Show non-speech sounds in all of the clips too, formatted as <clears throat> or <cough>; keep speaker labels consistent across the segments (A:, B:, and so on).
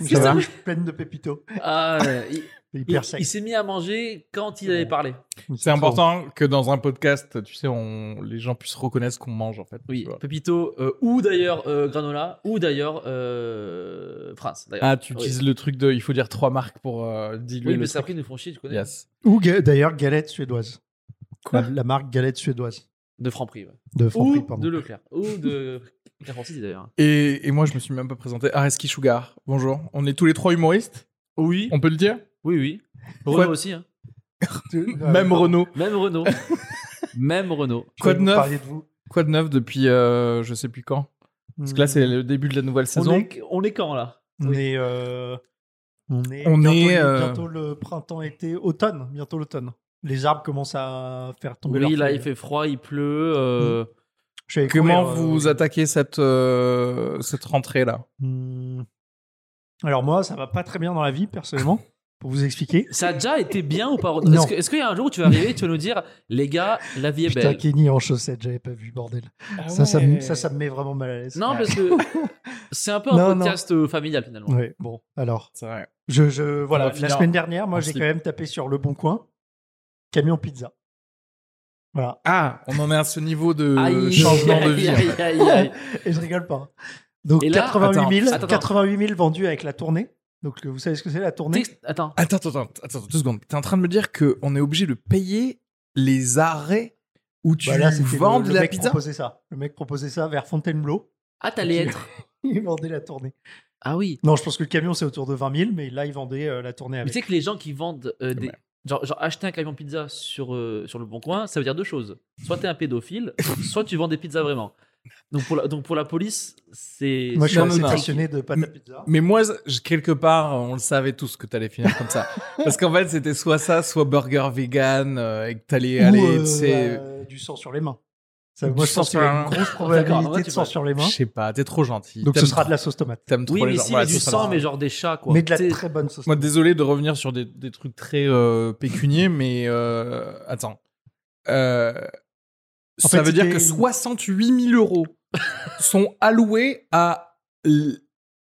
A: Ça
B: Ça
A: va
B: bouche pleine de pépitos.
C: Ah, il
B: C'est
C: il-
B: hyper sec.
C: il s'est mis à manger quand il avait parlé.
A: C'est important que dans un podcast, tu sais, on... les gens puissent reconnaître ce qu'on mange en fait. tu
C: Oui,
A: vois.
C: Pepito, euh, ou d'ailleurs euh, Granola, ou d'ailleurs euh, France. d'ailleurs.
A: Ah, tu
C: Oui.
A: utilises le truc de il faut dire trois marques pour euh, diluer
C: Oui,
A: le
C: mais ça a
A: truc.
C: pris nous font chier, tu connais.
A: Yes.
B: Ou ga- d'ailleurs galette suédoise.
A: Quoi
B: la, la marque galette suédoise
C: De Franprix. ouais.
B: de
C: Ou
B: Franprix, pardon.
C: de Leclerc. Ou de Leclerc Francis, d'ailleurs.
A: Et, et moi, je me suis même pas présenté. Areski Sugar, bonjour. On est tous les trois humoristes,
C: Oui,
A: on peut le dire
C: oui, oui.
A: Quoi-
C: Renault aussi. hein.
B: De- euh,
A: Même Renaud.
C: Même
A: <laughs>
C: Renault. Même Renault.
B: je
A: quoi
B: vais
A: de
B: vous
A: neuf
B: parler de vous.
A: Quoi de neuf depuis euh, je sais plus quand Parce que là, c'est le début de la nouvelle
C: On
A: saison.
C: est- on est quand là
B: Hmm. On est. euh, on est.
A: On
B: bientôt,
A: est,
B: le-
A: euh,
B: bientôt le printemps, été, automne. Bientôt l'automne. Les arbres commencent à faire tomber.
C: Oui,
B: leurs
C: là,
B: feuilles.
C: il fait froid, il pleut. euh,
B: Je suis allé
A: Comment
B: courir, euh,
A: vous attaquez cette, euh, cette rentrée là
B: hmm. Alors moi, ça va pas très bien dans la vie personnellement. Pour vous expliquer.
C: Ça a déjà été bien ou pas Renaud
B: <laughs> Non.
C: Est-ce que- est-ce qu'il y a un jour où tu vas arriver et tu vas nous dire, les gars, la vie est
B: Putain,
C: belle
B: Kenny en chaussettes, j'avais pas vu, bordel.
A: Ah
B: ça, ça, me- ça, ça me met vraiment mal à l'aise.
C: Non, parce
B: <laughs>
C: que c'est un peu
B: Non,
C: un
B: non.
C: podcast euh, familial finalement.
B: Ouais, bon, alors.
A: C'est vrai.
B: Je, je-
A: On
B: voilà,
A: va
B: la
A: finir
B: semaine dernière,
A: en
B: moi, j'ai
A: slip.
B: quand même tapé sur Le Bon Coin, camion pizza. Voilà,
A: Ah, on en est à ce niveau de
B: Euh,
C: Aïe,
A: changement de
C: aïe,
A: vie. hein. en
C: aïe,
A: fait.
C: aïe,
B: <laughs>
C: aïe.
B: et je rigole pas. hein. Donc,
C: Et là-
B: 88, 000,
C: attends, attends.
B: 88 000 vendus avec la tournée. Donc, euh, vous savez ce que c'est la tournée
C: Texte- Attends,
A: Attends, attends, attends, attends, deux secondes. T'es en train de me dire que on est obligé de payer les arrêts où tu
B: Voilà, Bah, c'était le-
A: vends de
B: le
A: la
B: mec
A: pizza
B: proposait ça. Le mec proposait ça vers Fontainebleau. <laughs>
C: ah, t'allais être.
B: Il vendait la tournée.
C: Ah oui.
B: Non, je pense que le camion, c'est autour de 20 000, mais là, il vendait euh, la tournée
C: Mais
B: avec.
C: tu sais que les gens qui vendent euh, des.
A: Ouais.
C: Genre, genre, acheter un camion pizza sur, euh, sur le bon coin, ça veut dire deux choses. Soit t'es un
B: <laughs>
C: pédophile, soit tu vends des pizzas vraiment. Donc pour la, donc pour la police, c'est.
B: Moi, je suis
A: Non,
B: assez
A: non, non.
B: passionné de pâte à pizza.
A: Mais moi, je- quelque part, on le savait tous que t'allais finir comme
B: <laughs>
A: ça. Parce qu'en fait, c'était soit ça, soit burger vegan, euh, et que t'allais aller,
B: Ou, euh,
A: tu sais,
B: euh, du sang sur les mains. Ça,
A: Du
B: moi, je
A: sang
B: pense
A: sur
B: qu'il
A: la
B: y a
A: main.
B: une grosse
C: D'accord, ouais,
B: probabilité de
C: tu
B: sang
C: vois.
B: sur les
A: je
B: mains.
A: sais pas, t'es trop gentil.
B: Donc, ce
A: T'aimes
B: sera de
A: trop-
B: la sauce tomate.
A: T'aimes trop
C: Oui,
A: les
C: mais
A: gens.
C: si,
A: Voilà,
C: mais du
A: c'est ça,
C: sang,
A: le-
C: mais genre des chats, quoi.
B: Mais de la
C: T'sais-
B: très bonne sauce.
A: Moi, désolé de revenir sur des, des trucs très euh,
C: <laughs>
A: pécuniers, mais euh, attends. Euh,
B: En
A: ça
B: fait,
A: veut dire que
B: c'était-
A: 68 000
C: <laughs>
A: euros sont alloués à l-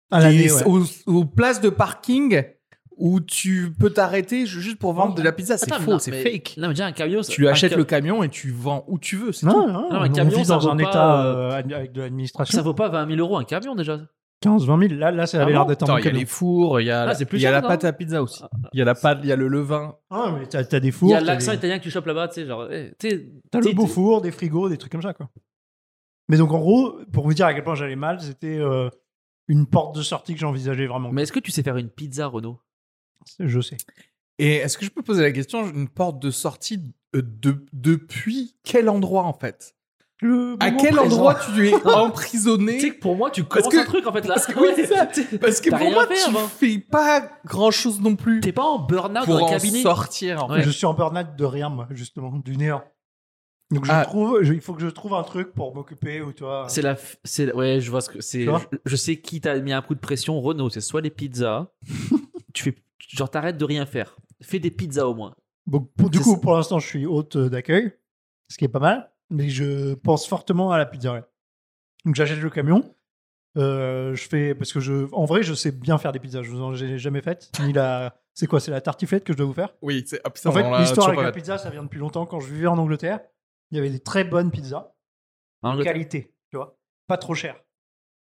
B: À l'année,
A: les-
B: ouais.
A: aux, aux places de parking où tu peux t'arrêter ju- juste pour vendre de la pizza. C'est
C: Attends, mais
A: faux,
C: non,
A: c'est
C: mais-
A: fake.
C: Non, mais déjà, un camion. c'est-
A: Tu
C: un
A: achètes
C: ca-
A: le camion et tu vends où tu veux, c'est
B: Non,
A: tout.
B: non,
C: Non, un
B: on
C: camion,
B: vit
C: ça
B: dans
C: vaut
B: un
C: pas, euh,
B: état euh, avec de
C: Ça
B: l'administration.
C: vaut pas 20 000 euros un camion déjà.
B: 15, 20 000. Là, là ça
C: Ah
B: avait l'air
C: bon
B: d'être
A: Attends, il
B: un
A: y a
B: camion.
A: les fours, il y a,
C: Ah, c'est plus
A: il y a
C: cher,
A: la
C: Ah, non
A: pâte à pizza aussi. Il y a la pâte, il y a le levain.
B: Ah, mais t'as t'as des
C: Il
B: fours.
C: y a
B: t'as
C: l'accent
B: des-
C: italien que tu chopes là-bas, tu sais, genre. eh, tu sais,
B: T'as
C: tu
B: le
C: sais,
B: beau
C: tu-
B: four, des frigos, des trucs comme ça, quoi. Mais donc, en gros, pour vous dire à quel point j'allais mal, c'était euh, une porte de sortie que j'envisageais vraiment.
C: Mais est-ce que tu sais faire une pizza, Renaud
B: Je sais.
A: Et est-ce que je peux poser la question Une porte de sortie euh, de, depuis quel endroit en fait À quel endroit tu
C: <laughs>
A: es emprisonné
C: Tu sais que pour moi, tu
A: Parce
C: commences
A: que-
C: un truc en fait là.
A: parce que oui,
C: <laughs>
A: c'est ça.
C: Tu sais,
A: Parce que
C: T'as
A: pour
C: rien
A: moi,
C: fait
A: tu
C: avant.
A: fais pas grand chose non plus
C: T'es pas en burn-out
A: pour
C: dans
A: en
C: un cabinet.
A: sortir. En
C: Ouais.
A: fait.
B: Je suis en burn-out de rien, moi, justement, du néant. Donc, je
A: Ah.
B: trouve, je- il faut que je trouve un truc pour m'occuper ou toi.
C: C'est la. f- c'est- Ouais, je vois ce que. c'est.
B: Tu vois
C: Je, je sais qui t'a mis un coup de pression, Renaud. C'est soit
A: <laughs>
C: les pizzas. tu fais. Genre, t'arrêtes de rien faire. Fais des pizzas au moins.
B: Donc, pour- du
C: C'est
B: coup,
C: ça.
B: pour l'instant, je suis hôte euh, d'accueil, ce qui est pas mal. mais je pense fortement à la pizzeria. Donc j'achète le camion. Euh, je fais parce que je, en vrai, je sais bien faire des pizzas. Je vous en ai jamais faites. Ni la, c'est quoi, c'est la tartiflette que je dois vous faire.
A: Oui, c'est ah, putain,
B: En fait,
A: on l'a toujours
B: l'histoire avec
A: pas
B: la
A: faite.
B: pizza, ça vient depuis longtemps. Quand je vivais en Angleterre, il y avait des très bonnes pizzas,
C: En
B: de
C: Angleterre.
B: qualité, tu vois, pas trop chères.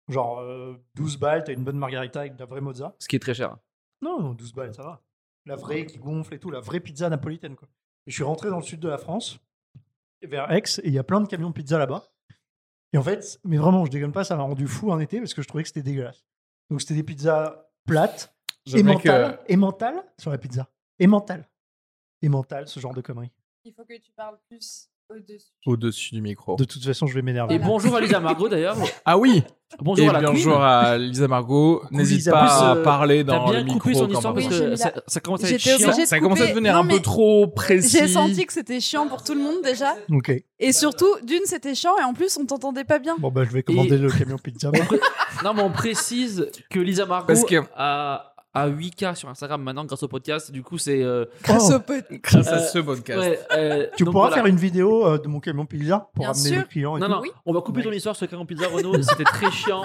B: Genre euh, 12 balles, t'as une bonne margarita avec de la vraie mozza.
C: Ce qui est très cher.
B: Non, non, 12 balles, ça va. La vraie qui gonfle et tout, la vraie pizza napolitaine. Quoi. Et je suis rentré dans le sud de la France, vers Aix, et il y a plein de camions de pizza là-bas. Et en fait, mais vraiment, je déconne pas, ça m'a rendu fou un été parce que je trouvais que c'était dégueulasse. Donc c'était des pizzas plates,
A: J'aimerais
B: émentales, émentales sur la pizza. Émentales. Émentales, ce genre de conneries.
D: Il faut que tu parles plus au-dessus.
A: que- Au-dessus du micro.
B: De toute façon, je vais m'énerver.
C: Et bonjour à Lisa Margot
A: <laughs>
C: d'ailleurs.
A: Ah oui
C: Bonjour
A: Et
C: à la Queen.
A: bonjour à Lisa Margot. N'hésite
B: Lisa.
A: pas
C: En
A: à
C: plus, euh,
A: parler
C: T'as
A: dans le
C: bien
A: micro.
C: coupé son
A: quand
C: histoire
A: on
C: parce
D: Oui,
A: parle.
D: j'ai
C: que
D: mis
C: ça,
D: la-
C: ça commence à être
D: J'étais
C: chiant.
D: obligée de
A: Ça commence à
D: couper.
A: devenir
D: Non,
A: un
D: mais
A: peu trop précis.
D: J'ai senti que c'était chiant pour tout le monde déjà.
B: Ok.
D: Et surtout, d'une, c'était chiant et en plus, on t'entendait pas bien.
B: Bon, bah, je vais commander
C: Et-
B: le camion
C: <laughs>
B: pizza.
C: On pré- non, mais on précise que Lisa Margot
A: Parce que-
C: a, a 8K sur Instagram maintenant grâce au podcast. Du coup, c'est. euh,
D: Grâce
B: Oh,
D: au pot-
A: grâce à
C: Euh,
A: ce podcast.
C: ouais, <laughs> euh,
B: tu
C: donc
B: pourras
C: voilà.
B: faire une vidéo euh, de mon camion pizza pour
D: Bien
B: amener
D: sûr.
B: les clients. et
C: Non,
B: tout.
C: non,
D: Oui.
C: on va couper ton histoire sur le camion pizza Renault. C'était très chiant.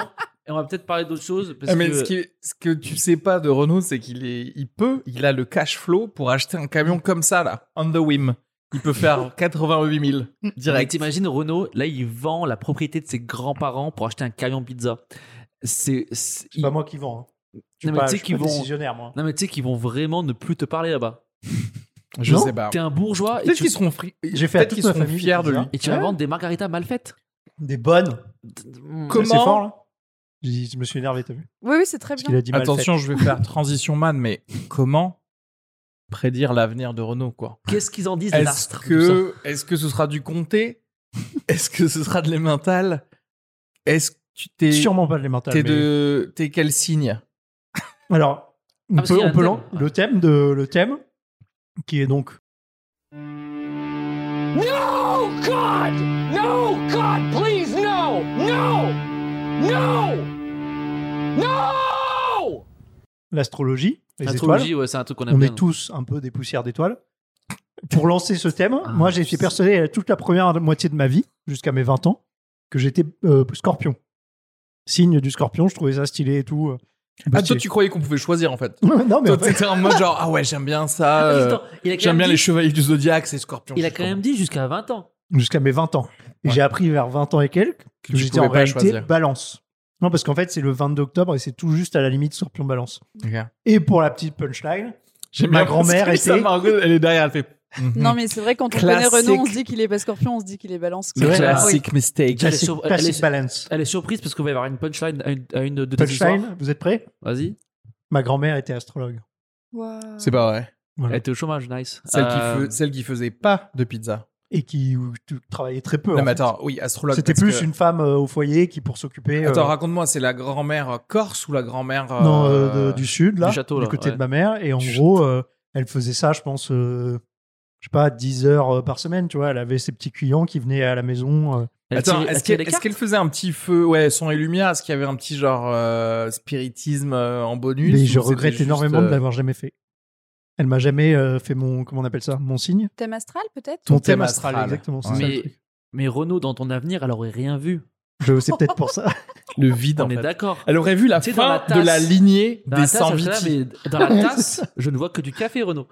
C: Et on va peut-être parler d'autre chose. Parce
A: Ah, mais
C: que... euh,
A: ce, qui- ce que tu sais pas de Renault, c'est qu'il est, il peut, il a le cash flow pour acheter un camion comme ça là, on the whim. Il peut faire 88 000
C: Direct.
A: direct.
C: T'imagines, Renault, là, il vend la propriété de ses grands-parents pour acheter un camion pizza. C'est. c'est-
B: C'est pas moi qui vends. hein. Je suis
C: Non, mais
B: pas,
C: tu sais
B: je suis
C: qu'ils
B: pas
C: vont-
B: décisionnaire, moi.
C: Non, mais tu sais qu'ils vont vraiment ne plus te parler là-bas.
A: Je
B: Non.
A: sais pas.
C: T'es un bourgeois et
A: Peut-être
C: tu,
A: qu'ils seront, fri-
B: J'ai fait à
A: peut-être
B: toute
A: qu'ils
B: ma
A: seront
B: famille des
A: fiers de lui.
B: pizzas.
C: et tu vas vendre des margaritas mal faites.
B: Des bonnes.
A: Comment-
B: C'est fort, là J'ai- Je me suis énervé, t'as vu
D: Oui, oui, c'est très
B: Parce qu'il
D: bien.
B: a dit mal
A: Attention, je vais faire transition man, mais comment prédire l'avenir de Renault quoi
C: Qu'est-ce qu'ils en disent les
A: Est-ce
C: astres tout ça
A: que, est que ce sera du comté Est-ce que ce sera de l'emmental Est-ce que tu t'es
B: fait. Sûrement pas de les mentales.
A: t'es
B: mais-
A: de t'es quel signe
B: Alors, on
C: Ah, parce
B: peut,
C: qu'il y a
B: on
C: un
B: peut
C: thème.
B: lan- le thème de le thème qui est donc
E: No, God! No, God, please, no! No! No! No!
B: l'astrologie, les étoiles.
C: L'astrologie, ouais, c'est un truc qu'on aime
B: on
C: bien.
B: est tous un peu des poussières d'étoiles. Pour lancer ce thème,
C: Ah,
B: moi j'ai été persuadé à toute la première moitié de ma vie, jusqu'à mes 20 ans, que j'étais euh, scorpion. Signe du scorpion, je trouvais ça stylé et tout. euh,
A: Ah, toi, tu croyais qu'on pouvait choisir en fait.
B: <laughs> non, mais
A: Toi,
B: en fait,
A: t'étais en mode genre ah ouais j'aime bien ça.
C: <laughs> Ah, mais
A: euh,
C: attends, il a quand
A: J'aime
C: même
A: bien
C: dit-
A: les chevaliers du zodiaque, c'est Scorpion.
C: Il a
A: je
C: quand même dit jusqu'à 20 ans.
B: jusqu'à mes 20 ans. Et
A: Ouais.
B: j'ai appris vers 20 ans et quelques que,
A: tu
B: j'étais
A: pouvais
B: en
A: pas
B: réalité
A: choisir.
B: balance. Non, parce qu'en fait, c'est le 22 octobre et c'est tout juste à la limite scorpion-balance.
A: comprends. Ok.
B: Et pour la petite punchline,
A: J'aime
B: Ma
A: bien parce
B: grand-mère
A: que ça,
B: était-
A: Margot, elle est derrière, elle fait. Mhm.
D: Non, mais c'est vrai, quand on
A: Classique.
D: connaît Renaud, on se dit qu'il est pas scorpion, on se dit qu'il est balance.
A: Le
C: vrai,
A: classique mistake.
C: Elle est
B: classique-
C: sur- elle est
B: classique
C: sur-
B: balance.
C: Elle est surprise parce qu'on va y avoir une punchline à une, à une de tes histoires.
B: Punchline, vous êtes prêts
C: Vas-y.
A: Hein.
B: Ma grand-mère était astrologue.
D: Wow.
A: C'est pas vrai.
C: Elle
B: Voilà.
C: était au chômage, nice.
A: Celle,
C: Euh,
A: qui fe- celle qui faisait pas de pizza.
B: Et qui ou- tu- travaillait très peu.
A: Non,
B: en
A: mais
B: fait.
A: attends, oui, astrologue.
B: C'était
A: parce
B: plus
A: que-
B: une femme euh, au foyer qui, pour s'occuper. euh,
A: Attends, raconte-moi, c'est la grand-mère euh, corse ou la grand-mère. euh,
B: non, euh, de- du sud, là,
C: du château, là,
B: côté
C: ouais.
B: de ma mère. Et en
A: Du
B: gros, euh, elle faisait ça, je pense, euh, je sais pas, 10 heures euh, par semaine, tu vois. Elle avait ses petits clients qui venaient à la maison. euh.
C: elle
A: Attends,
C: tirait- elle
A: est-ce
C: tirait
A: qu'elle
C: les
A: est-ce
C: cartes
A: qu'elle faisait un petit feu, ouais, son et lumière Est-ce qu'il y avait un petit genre euh, spiritisme euh, en bonus
B: Mais
A: ou
B: je
A: c'était
B: regrette
A: juste,
B: énormément de
A: euh,
B: l'avoir jamais fait. Elle m'a jamais euh, fait mon, comment on appelle ça, mon signe
D: Thème astral, peut-être
B: Ton
A: thème
B: thème astral,
A: astral.
B: exactement. c'est
A: Ouais.
B: ça le
C: Mais-
B: truc.
C: Mais Renaud, dans ton avenir, elle aurait rien vu.
B: Je sais peut-être pour ça.
A: <laughs> Le vide, en
C: On est
A: fait.
C: d'accord.
A: Elle aurait vu la
C: Tu sais,
A: fin
C: dans la
A: de la
C: tasse-
A: lignée
C: Dans
A: des
C: la tasse,
A: 100
C: elle serait là, mais
A: <laughs>
C: dans la tasse, je ne vois que du café, Renaud.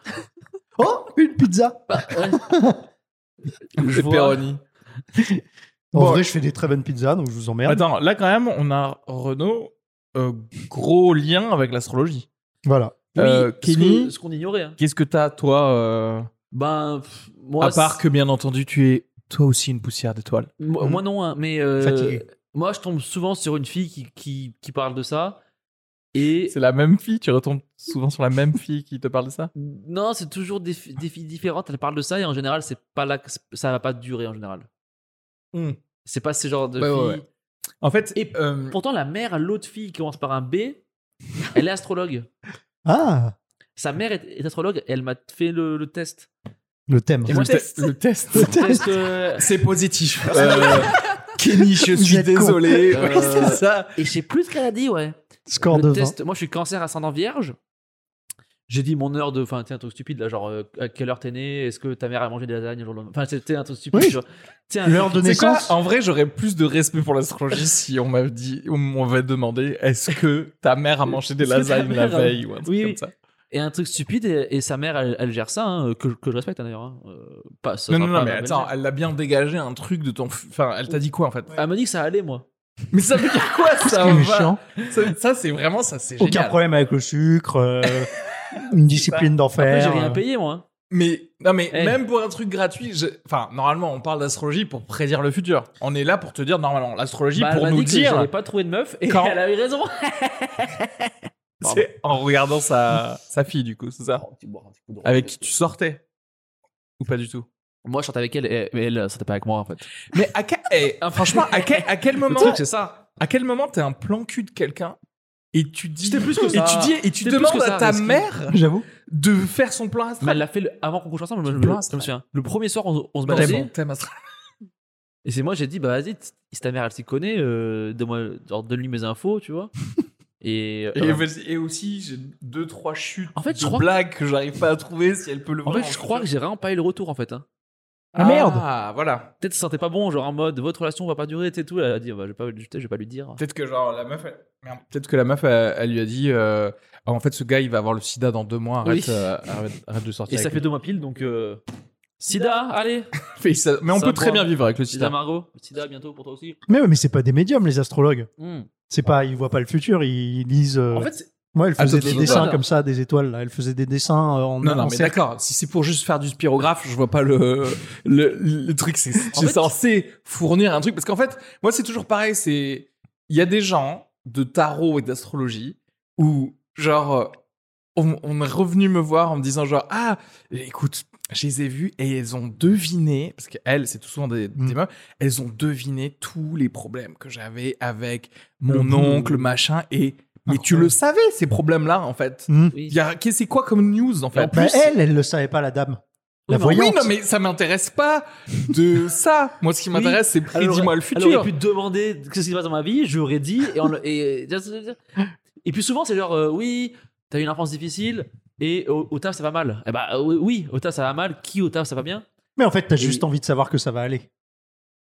B: Oh, une pizza
C: Je vois-
B: En
A: Bon.
B: vrai, je fais des très bonnes pizzas, donc je vous emmerde.
A: Attends, là quand même, on a Renault, euh, gros lien avec l'astrologie.
B: Voilà.
C: Oui,
A: Euh,
C: ce
A: Kenny-
C: que- ce qu'on ignorait. hein.
A: Qu'est-ce que t'as, toi, euh,
C: Ben, pff, moi,
A: à part hmm. que bien entendu, tu es toi aussi une poussière d'étoile.
C: c'est- moi, moi non, hein, mais euh,
B: Fatigué.
C: moi, je tombe souvent sur une fille qui, qui, qui parle de ça. Et
A: C'est la même fille, tu retombes souvent sur la même fille qui te parle de ça
C: non, c'est toujours des, fi- des filles différentes. Elles parlent de ça et en général, c'est pas là, que- ça va pas durer en général.
A: Hmm.
C: C'est pas ce genre de
A: Ouais, ouais,
C: fille.
A: ouais. En fait,
C: Et
A: euh,
C: Pourtant, la mère à l'autre fille qui commence par un B, elle est astrologue.
B: Ah,
C: Sa mère est, est astrologue et elle m'a fait le, le test.
B: le thème.
A: le, test. <laughs> le test.
C: Test, euh,
A: C'est positif. Euh, <laughs> Kenny, je
B: Vous
A: suis
B: êtes con.
A: désolé.
C: Euh,
A: Ouais, c'est ça.
C: et je sais plus ce qu'elle a dit, ouais.
B: Score
C: le
B: de 20.
C: test, moi je suis cancer ascendant vierge. J'ai dit mon heure de. Enfin, t'es un truc stupide là, genre euh, à quelle heure t'es né Est-ce que ta mère a mangé des lasagnes le jour le lendemain Enfin, c'était un truc stupide.
B: Oui.
C: genre. T'es un-
B: L'heure de
A: C'est quoi
B: naissance.
A: En vrai, j'aurais plus de respect pour l'astrologie si on m'a dit, on m'avait demandé, est-ce que ta mère a mangé des
C: Est-ce que ta
A: lasagnes la
C: mère a-
A: veille ou un truc
C: Oui,
A: comme
C: oui.
A: ça
C: Et un truc stupide, et, et sa mère, elle, elle gère ça, hein, que, que je respecte hein, d'ailleurs. hein. Euh, pas, ça
A: Non, non,
C: sera
A: non,
C: pas
A: mais
C: ma
A: attends,
C: belle-mère.
A: elle a bien dégagé un truc de ton. f- Enfin, elle t'a dit quoi en fait
B: Ouais.
C: Elle m'a dit que ça allait, moi.
A: Mais ça veut dire quoi ça
B: Il est
A: va
B: chiant.
A: Ça, ça, c'est vraiment ça, c'est
B: Aucun
A: génial. Bah,
B: problème avec le
A: <laughs>
B: sucre. euh, une discipline
C: Après,
B: d'enfer.
C: j'ai rien
B: euh,
C: payé, moi. hein.
A: Mais non, mais
C: Eh.
A: même pour un truc gratuit, je- enfin, normalement, on parle d'astrologie pour prédire le futur. On est là pour te dire, normalement, l'astrologie
C: Bah, elle
A: pour
C: m'a
A: nous
C: dit que
A: dire.
C: J'avais pas trouvé de meuf, et
A: Quand-
C: elle
A: <laughs>
C: avait raison.
A: C'est en regardant sa, sa fille, du coup, c'est ça Avec qui tu sortais Ou pas du tout
C: Moi, je sortais avec elle, et- mais elle, ça pas avec moi en fait.
A: Mais à quel, eh, franchement, à quel, à quel moment
C: truc, c'est ça.
A: À quel moment t'es un plan cul de quelqu'un et tu dis
C: C'était plus que
A: et
C: ça.
A: tu dis et tu
C: C'était plus
A: demandes
C: que ça,
A: à ta
C: Reski.
A: mère
B: J'avoue.
A: de faire son plan
C: Mais elle
A: astral
C: l'a fait le- avant qu'on couche ensemble, je,
A: Tu
C: je-
A: plains,
C: je me souviens. Le premier soir, on, on se
A: Thème-
C: baladait,
A: thème astral.
C: et c'est moi, j'ai dit, bah vas-y, t- si ta mère, elle s'y connaît, euh, donne-moi- genre, donne-lui mes infos, tu <laughs> vois. Et, euh,
A: Et, vas-y, et aussi, j'ai deux, trois chutes
C: En fait,
A: de
C: je crois-
A: blagues que j'arrive pas à trouver si elle peut le
C: en
A: voir.
C: fait, je crois que j'ai vraiment pas eu le retour en fait. hein.
B: Ah, merde.
A: Ah, voilà.
C: Peut-être ça sentait pas bon, genre en mode votre relation va pas durer, tu sais, tout. Elle a dit, bah, je, vais pas, je vais pas lui dire.
A: Peut-être que genre, la meuf, elle... merde. Peut-être que la meuf, elle, elle lui a dit euh, Ah, En fait, ce gars, il va avoir le sida dans deux mois. Arrête,
C: Oui.
A: euh, arrête, arrête de sortir.
C: Et ça
A: avec
C: fait
A: lui.
C: deux mois pile, donc. euh, Sida, allez,
A: Et ça- Mais on
C: Ça
A: peut très
C: boit.
A: bien vivre avec le
C: Sida
A: sida.
C: Margot, Sida bientôt pour toi aussi.
B: Mais, ouais, mais c'est pas des médiums, les astrologues.
C: Hmm.
B: C'est pas, ils voient pas le futur, ils lisent. euh,
C: En fait, c'est-
B: Moi, elle faisait
A: Attends,
B: des
A: attends,
B: dessins
C: attends.
B: comme ça, des étoiles. Là. Elle faisait des dessins euh, en
A: Non, non,
B: en
A: mais
B: cercle.
A: d'accord. Si c'est pour juste faire du spirographe, je vois pas le, le, le truc. C'est c'est
C: fait-
A: censé fournir un truc. Parce qu'en fait, moi, c'est toujours pareil. C'est, il y a des gens de tarot et d'astrologie où, genre, euh, on, on est revenu me voir en me disant, genre, ah, écoute, je les ai vues et elles ont deviné, parce qu'elles, c'est tout souvent des, des
B: Mm.
A: meufs, elles ont deviné tous les problèmes que j'avais avec mon
B: Le-
A: oncle, machin, et, mais tu le savais, ces problèmes-là, en fait.
B: Hmm.
C: oui.
A: Il y a- qu'est- C'est quoi comme news, en fait?
C: en
B: Bah,
C: plus-
B: elle, elle le savait pas, la dame. La
C: mais en-
B: voyante.
A: Oui, non, mais ça m'intéresse pas <laughs> de ça. Moi, ce qui m'intéresse, c'est prédis-moi le
C: Elle aurait
A: futur.
C: pu te demander qu'est-ce qui se passe dans ma vie, j'aurais dit. Et, on- et, et puis souvent, c'est genre, euh, oui, t'as eu une enfance difficile et au, au taf, ça va mal. Eh bah, euh, oui, au taf, ça va mal. Qui au taf, ça va bien
B: Mais en fait, t'as
C: Et-
B: juste envie de savoir que ça va aller.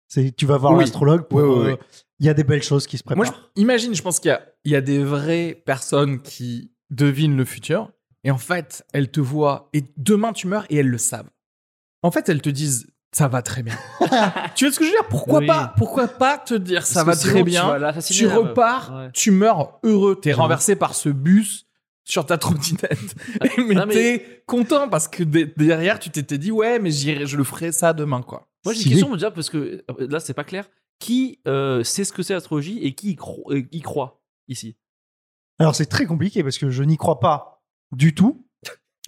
B: C'est, tu vas voir
A: Oui.
B: l'astrologue pour.
A: Oui, oui,
B: euh, Il y a des belles choses qui se
A: Moi,
B: préparent.
A: je- imagine, je pense qu'il y a, il y a des vraies personnes qui devinent le futur. Et en fait, elles te voient. Et demain, tu meurs et elles le savent. En fait, elles te disent. Ça va très <laughs> bien. tu vois ce que je veux dire Pourquoi
C: Oui.
A: pas Pourquoi pas te dire ça va
C: Parce que sinon,
A: très
C: tu
A: bien
C: vas l'assassiner,
A: Tu
C: la meuf.
A: repars,
C: Ouais.
A: tu meurs heureux, t'es
B: J'avoue.
A: renversé par ce bus sur ta
C: <laughs>
A: trottinette. mais
C: Ah, non, mais-
A: t'es content parce que de- derrière, tu t'étais dit, ouais, mais j'irai, je le ferai ça demain, quoi.
C: Moi, j'ai une
B: Stylé.
C: question, déjà, parce que euh, là, c'est pas clair. Qui euh, sait ce que c'est l'astrologie et qui y, cro- euh, y croit ici
B: Alors, c'est très compliqué parce que je n'y crois pas du tout.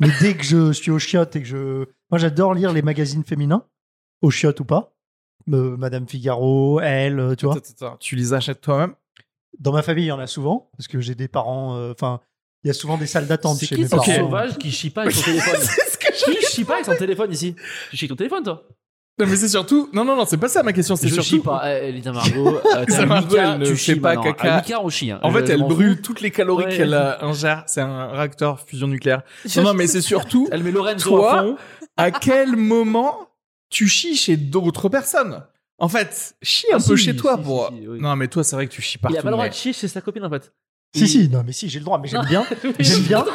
B: Mais dès que je suis au chiottes et que je. Moi, j'adore lire les magazines féminins, au chiottes ou pas. Euh, Madame Figaro, elle, euh, tu vois.
A: Attends, attends, tu les achètes
C: <laughs>
A: toi-même
B: Dans ma famille, il y en a souvent parce que j'ai des parents. euh, Enfin, il y a souvent des salles d'attente
C: C'est
B: chez
C: qui
B: mes
C: ce
B: parents.
C: sauvage qui chie pas avec son
A: <laughs>
C: téléphone
A: C'est ce que
C: Qui chie pas avec son téléphone ici Tu chies avec ton téléphone, toi
A: Non, mais c'est surtout. Non, non, non, c'est pas ça ma question, c'est
C: Je
A: surtout.
C: chie pas. Eh, Elisa Margot, euh,
A: <laughs> Elisa
C: t'as
A: Margot,
C: Mika,
A: elle ne
C: tu
A: fait
C: chies
A: pas
C: maintenant.
A: caca.
C: Ah, Mika, on chie. hein.
A: En
C: Je-
A: fait,
C: je
A: elle
C: m'en fous.
A: brûle toutes les calories
C: Ouais.
A: qu'elle euh, ingère. C'est un réacteur fusion nucléaire. Non, non, mais c'est surtout
C: Elle met Lorenzo
A: Toi,
C: à fond. <laughs>
A: à quel moment tu chies chez d'autres personnes. En fait, chie un
C: Ah,
A: peu
C: si,
A: chez toi
C: si,
A: pour.
C: si, si, oui.
A: Non, mais toi, c'est vrai que tu chies
C: Il
A: partout.
C: a pas le droit
A: mais-
C: de chier chez sa copine en fait. <laughs>
B: Si, si, non, mais si, j'ai le droit, mais j'aime bien. J'aime bien.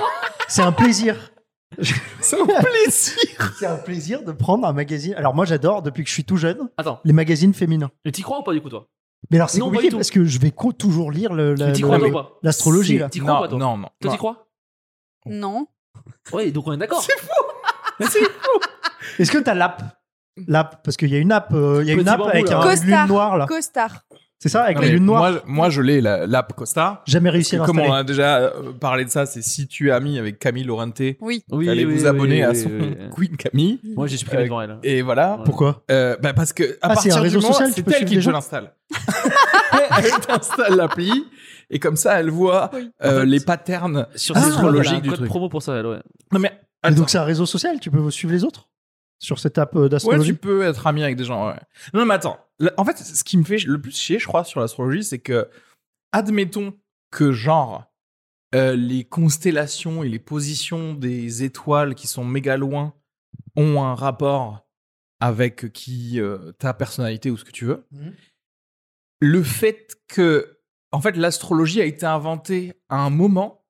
B: C'est un plaisir.
A: <laughs> C'est un plaisir.
B: C'est un plaisir de prendre un magazine. Alors, moi, j'adore, depuis que je suis tout jeune,
C: Attends,
B: les magazines féminins.
C: mais t'y crois ou pas du coup toi
B: Mais alors, c'est
C: Non, pas du
B: compliqué
C: tout.
B: parce que je vais co- toujours lire le- la-
C: Mais T'y
B: le-
C: crois toi,
A: Euh, mais-
C: ou pas
B: l'astrologie,
A: C'est-
B: là.
C: T'y crois
A: non,
C: pas, toi
A: Non, non.
C: Toi
A: non.
C: t'y crois
D: Non.
C: Ouais, donc on est d'accord.
B: Est-ce que t'as l'app L'app, parce qu'il y a une app, euh, il y a
C: Petit
B: une app
C: bambou,
B: avec
C: là.
B: un
D: Costard.
B: lune noire, là.
D: Costar.
B: C'est ça, avec
A: Non,
B: la
A: mais
B: lune noire.
A: moi, je- moi, je l'ai, la- l'app Costa.
B: Jamais réussi à
A: Comme on
B: l'installer.
A: a déjà euh, parlé de ça, c'est si tu es ami avec Camille Laurenté,
D: Oui.
C: Oui,
A: allez
C: oui,
A: vous
C: oui,
A: abonner
C: oui,
A: à
C: oui,
A: son
C: oui.
A: <laughs> Queen Camille.
C: <laughs> Moi j'ai supprimé
A: Euh,
C: devant elle.
A: Et voilà.
C: Ouais.
B: Pourquoi
A: Euh, bah parce que à
B: Ah, c'est
A: partir
B: un
A: du
B: réseau
A: moment,
B: social, tu
A: c'est
B: peux
A: elle
B: suivre
A: qui
B: les
A: te
B: gens
A: l'installe. <laughs> elle t'installe l'appli et comme ça elle voit
D: Oui.
A: euh,
C: En fait,
A: les patterns.
C: Sur
A: Ah,
C: ses
A: voilà,
C: astrologiques
A: du
C: du code
A: truc.
C: promo pour ça, elle, ouais.
A: Non mais
B: Mais
A: attends.
B: Donc, c'est un réseau social, tu peux suivre les autres sur cette app euh,
A: ouais,
B: d'astrologie.
A: tu peux être ami avec des gens. ouais. Non mais attends. Là, En fait, ce qui me fait le plus chier, je crois, sur l'astrologie, c'est que admettons que genre euh, les constellations et les positions des étoiles qui sont méga loin ont un rapport avec qui euh, ta personnalité ou ce que tu veux.
B: Mhm.
A: Le fait que, en fait, l'astrologie a été inventée à un moment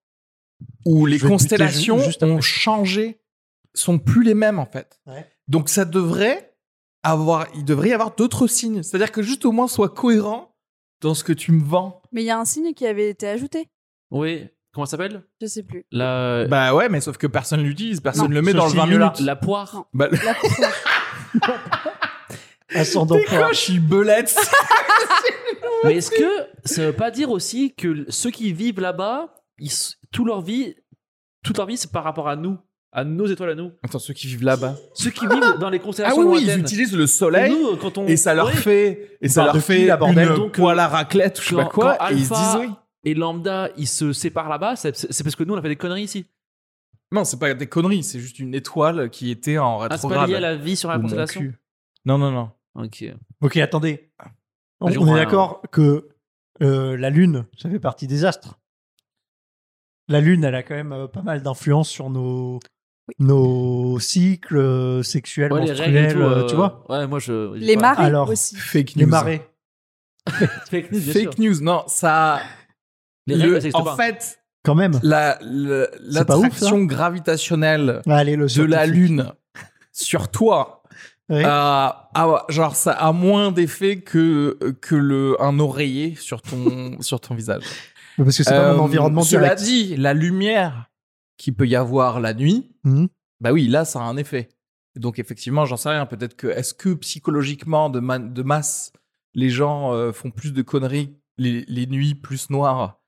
A: où les
B: Je vais te buter ju-
A: constellations
B: juste
A: ont changé, sont plus les mêmes en fait.
B: Ouais.
A: Donc ça devrait avoir, il devrait y avoir d'autres signes. C'est-à-dire que juste au moins soit cohérent dans ce que tu me vends.
D: Mais il y a un signe qui avait été ajouté.
C: Oui. Comment ça s'appelle
D: Je sais plus.
C: La.
A: Bah ouais, mais sauf que personne l'utilise, personne
B: Non.
A: le met
B: Ce
A: dans le 20
B: signe-là.
A: minutes.
C: La poire.
A: Bah, le-
D: La
B: Ascendant poire.
A: je suis belette.
C: Mais est-ce que ça veut pas dire aussi que l- ceux qui vivent là-bas, ils s- toute leur vie, toute leur vie, c'est par rapport à nous, à nos étoiles à nous.
A: Attends, ceux qui vivent là-bas.
C: Ceux qui vivent dans les
A: Ah
C: constellations
A: oui, oui, ils
C: lointaines.
A: utilisent le
C: Et
A: soleil
C: nous, quand on
A: et Bah, ça leur
C: ouais.
A: fait et ça
B: Par
A: leur
B: de qui,
A: fait
B: la bordel
A: une
C: Donc,
A: poêle à raclette, ou euh, je sais
C: quand-
A: pas quoi,
C: quand
A: et ils se disent
C: Alpha-
A: oui.
C: et lambda, ils se séparent là-bas. C'est c'est parce que nous, on a fait des conneries ici.
A: Non, c'est pas des conneries, c'est juste une étoile qui était en
C: Ah, c'est pas
A: rétrograde.
C: lié à la vie sur la
A: Ou mon
C: constellation.
A: cul. Non, non, non.
C: Ok.
B: Ok, attendez. On,
C: je
B: on
C: crois,
B: est
C: hein.
B: d'accord que euh, la Lune, ça fait partie des astres. La Lune, elle a quand même euh, pas mal d'influence sur nos, nos cycles euh, sexuels,
C: Ouais, les règles et
B: menstruels,
C: tout.
B: euh,
C: euh,
B: tu vois.
C: Ouais, moi je.
D: Les
C: marques
D: marées
B: Alors,
D: aussi.
A: Fake news.
B: Les marées.
C: Fake news, bien sûr.
A: Fake news. Non, ça.
C: Les
A: le-
C: règles, ça existe
A: en
C: pas.
A: fait,
B: Quand même.
A: la- le-
B: C'est pas ouf,
A: l'attraction gravitationnelle
B: Allez, le
A: de la
B: scientifique.
A: Lune sur <laughs> toi
B: Ouais.
A: Ah, ah ouais, genre ça a moins d'effet que que le un oreiller sur ton sur ton visage.
B: Mais Parce que c'est pas
A: Euh,
B: un environnement
A: Cela
B: direct.
A: dit, la lumière qui peut y avoir la nuit,
B: Mhm.
A: bah oui, là ça a un effet. Donc effectivement, j'en sais rien. Peut-être que est-ce que psychologiquement de, ma- de masse, les gens euh, font plus de conneries les, les nuits plus noires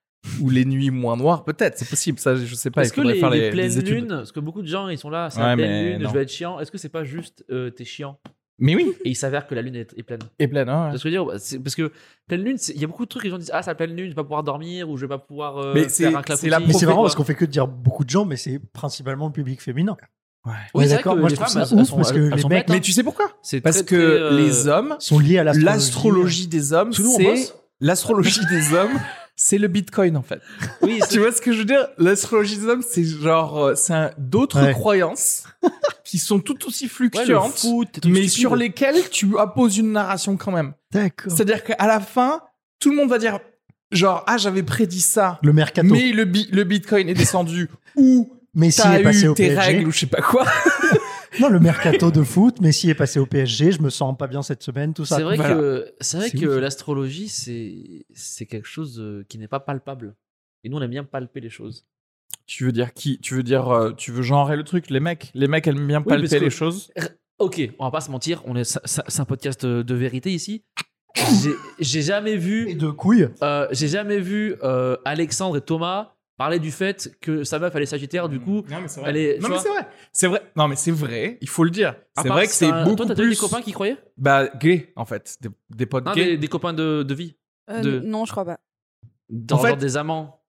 A: ou les nuits moins noires Peut-être, c'est possible. Ça, je sais pas. il
C: Est-ce que
A: faudrait
C: les,
A: faire
C: les
A: les-
C: pleines
A: les études.
C: lunes, parce que beaucoup de gens ils sont là, c'est
A: Ouais,
C: la pleine
A: mais
C: lune,
A: non.
C: je vais être chiant. Est-ce que c'est pas juste euh, t'es chiant
A: Mais oui,
C: Et il s'avère que la lune est, est pleine.
A: et pleine. hein, ouais.
C: Tu vois ce que je veux dire C'est- Parce que pleine lune, c'est- il y a beaucoup de trucs, les gens disent Ah, c'est la pleine lune, je vais pas pouvoir dormir ou je vais pas pouvoir euh,
A: Mais c'est-
C: faire un
A: c'est la
C: clapotis.
B: Mais c'est
A: Profite,
B: marrant
A: quoi.
B: parce qu'on fait que dire beaucoup de gens, mais c'est principalement le public féminin.
C: Oui,
B: Ouais,
C: c'est vrai
B: d'accord,
C: que
B: moi,
C: les
B: je trouve
C: femmes,
B: ça
C: elles
B: ouf,
C: sont-
B: parce que
C: elles
B: les
C: sont
B: mecs-
C: bêtes, hein.
A: Mais tu sais pourquoi
C: C'est
A: Parce
C: très,
A: que
C: très, euh,
A: les hommes,
B: Ils sont liés à l'astrologie.
A: l'astrologie des hommes,
C: Sous nous, on
A: c'est
C: bosse
A: l'astrologie des hommes, c'est le Bitcoin en fait.
C: Oui, c'est-
A: <laughs> tu vois ce que je veux dire L'astrologie des hommes, c'est genre, euh, c'est un- d'autres
B: Ouais.
A: croyances <laughs> qui sont tout aussi
C: ouais, le
A: fluctuantes,
C: foot, des trucs
A: mais
C: stupides.
A: sur lesquelles tu apposes une narration quand même.
B: D'accord.
A: C'est-à-dire qu'à la fin, tout le monde va dire, genre, ah, j'avais prédit ça,
B: Le mercato. Mais,
A: mais le, bi- le Bitcoin est descendu, ou
B: s'il
A: t'as
B: est passé au
A: eu tes
B: PSG.
A: règles, ou je sais pas quoi.
B: Non, le mercato de foot, mais s'il est passé au PSG, je me sens pas bien cette semaine, tout ça.
C: C'est vrai
A: Voilà.
C: que c'est vrai
A: C'est
C: que
A: ouf.
C: l'astrologie c'est c'est quelque chose euh, qui n'est pas palpable. Et nous on aime bien palper les choses.
A: Tu veux dire qui Tu veux dire, euh, tu veux genrer le truc, les mecs Les mecs aiment bien palper
C: parce que-
A: les choses.
C: Ok, on va pas se mentir, on est c'est- c'est c'est un podcast euh, de vérité ici. J'ai- J'ai jamais
B: Et
C: vu
B: de couilles.
C: euh, j'ai jamais vu euh, Alexandre et Thomas parler du fait que sa meuf elle est Sagittaire du coup.
A: non mais c'est
C: elle est-
A: Non
C: tu
A: mais
C: vois.
A: c'est vrai, c'est vrai. Non mais c'est vrai. Il faut le dire.
C: à
A: C'est
C: part
A: vrai que
C: si
A: c'est
C: un-
A: beaucoup
C: Toi t'as déjà eu
A: plus.
C: des copains qui croyaient
A: Bah, gay, en fait. Des, des potes
C: Non,
A: gays.
C: des, des copains de, de vie.
D: Euh,
C: De-
D: Non, je crois pas.
C: Dans
A: En fait-
C: genre des amants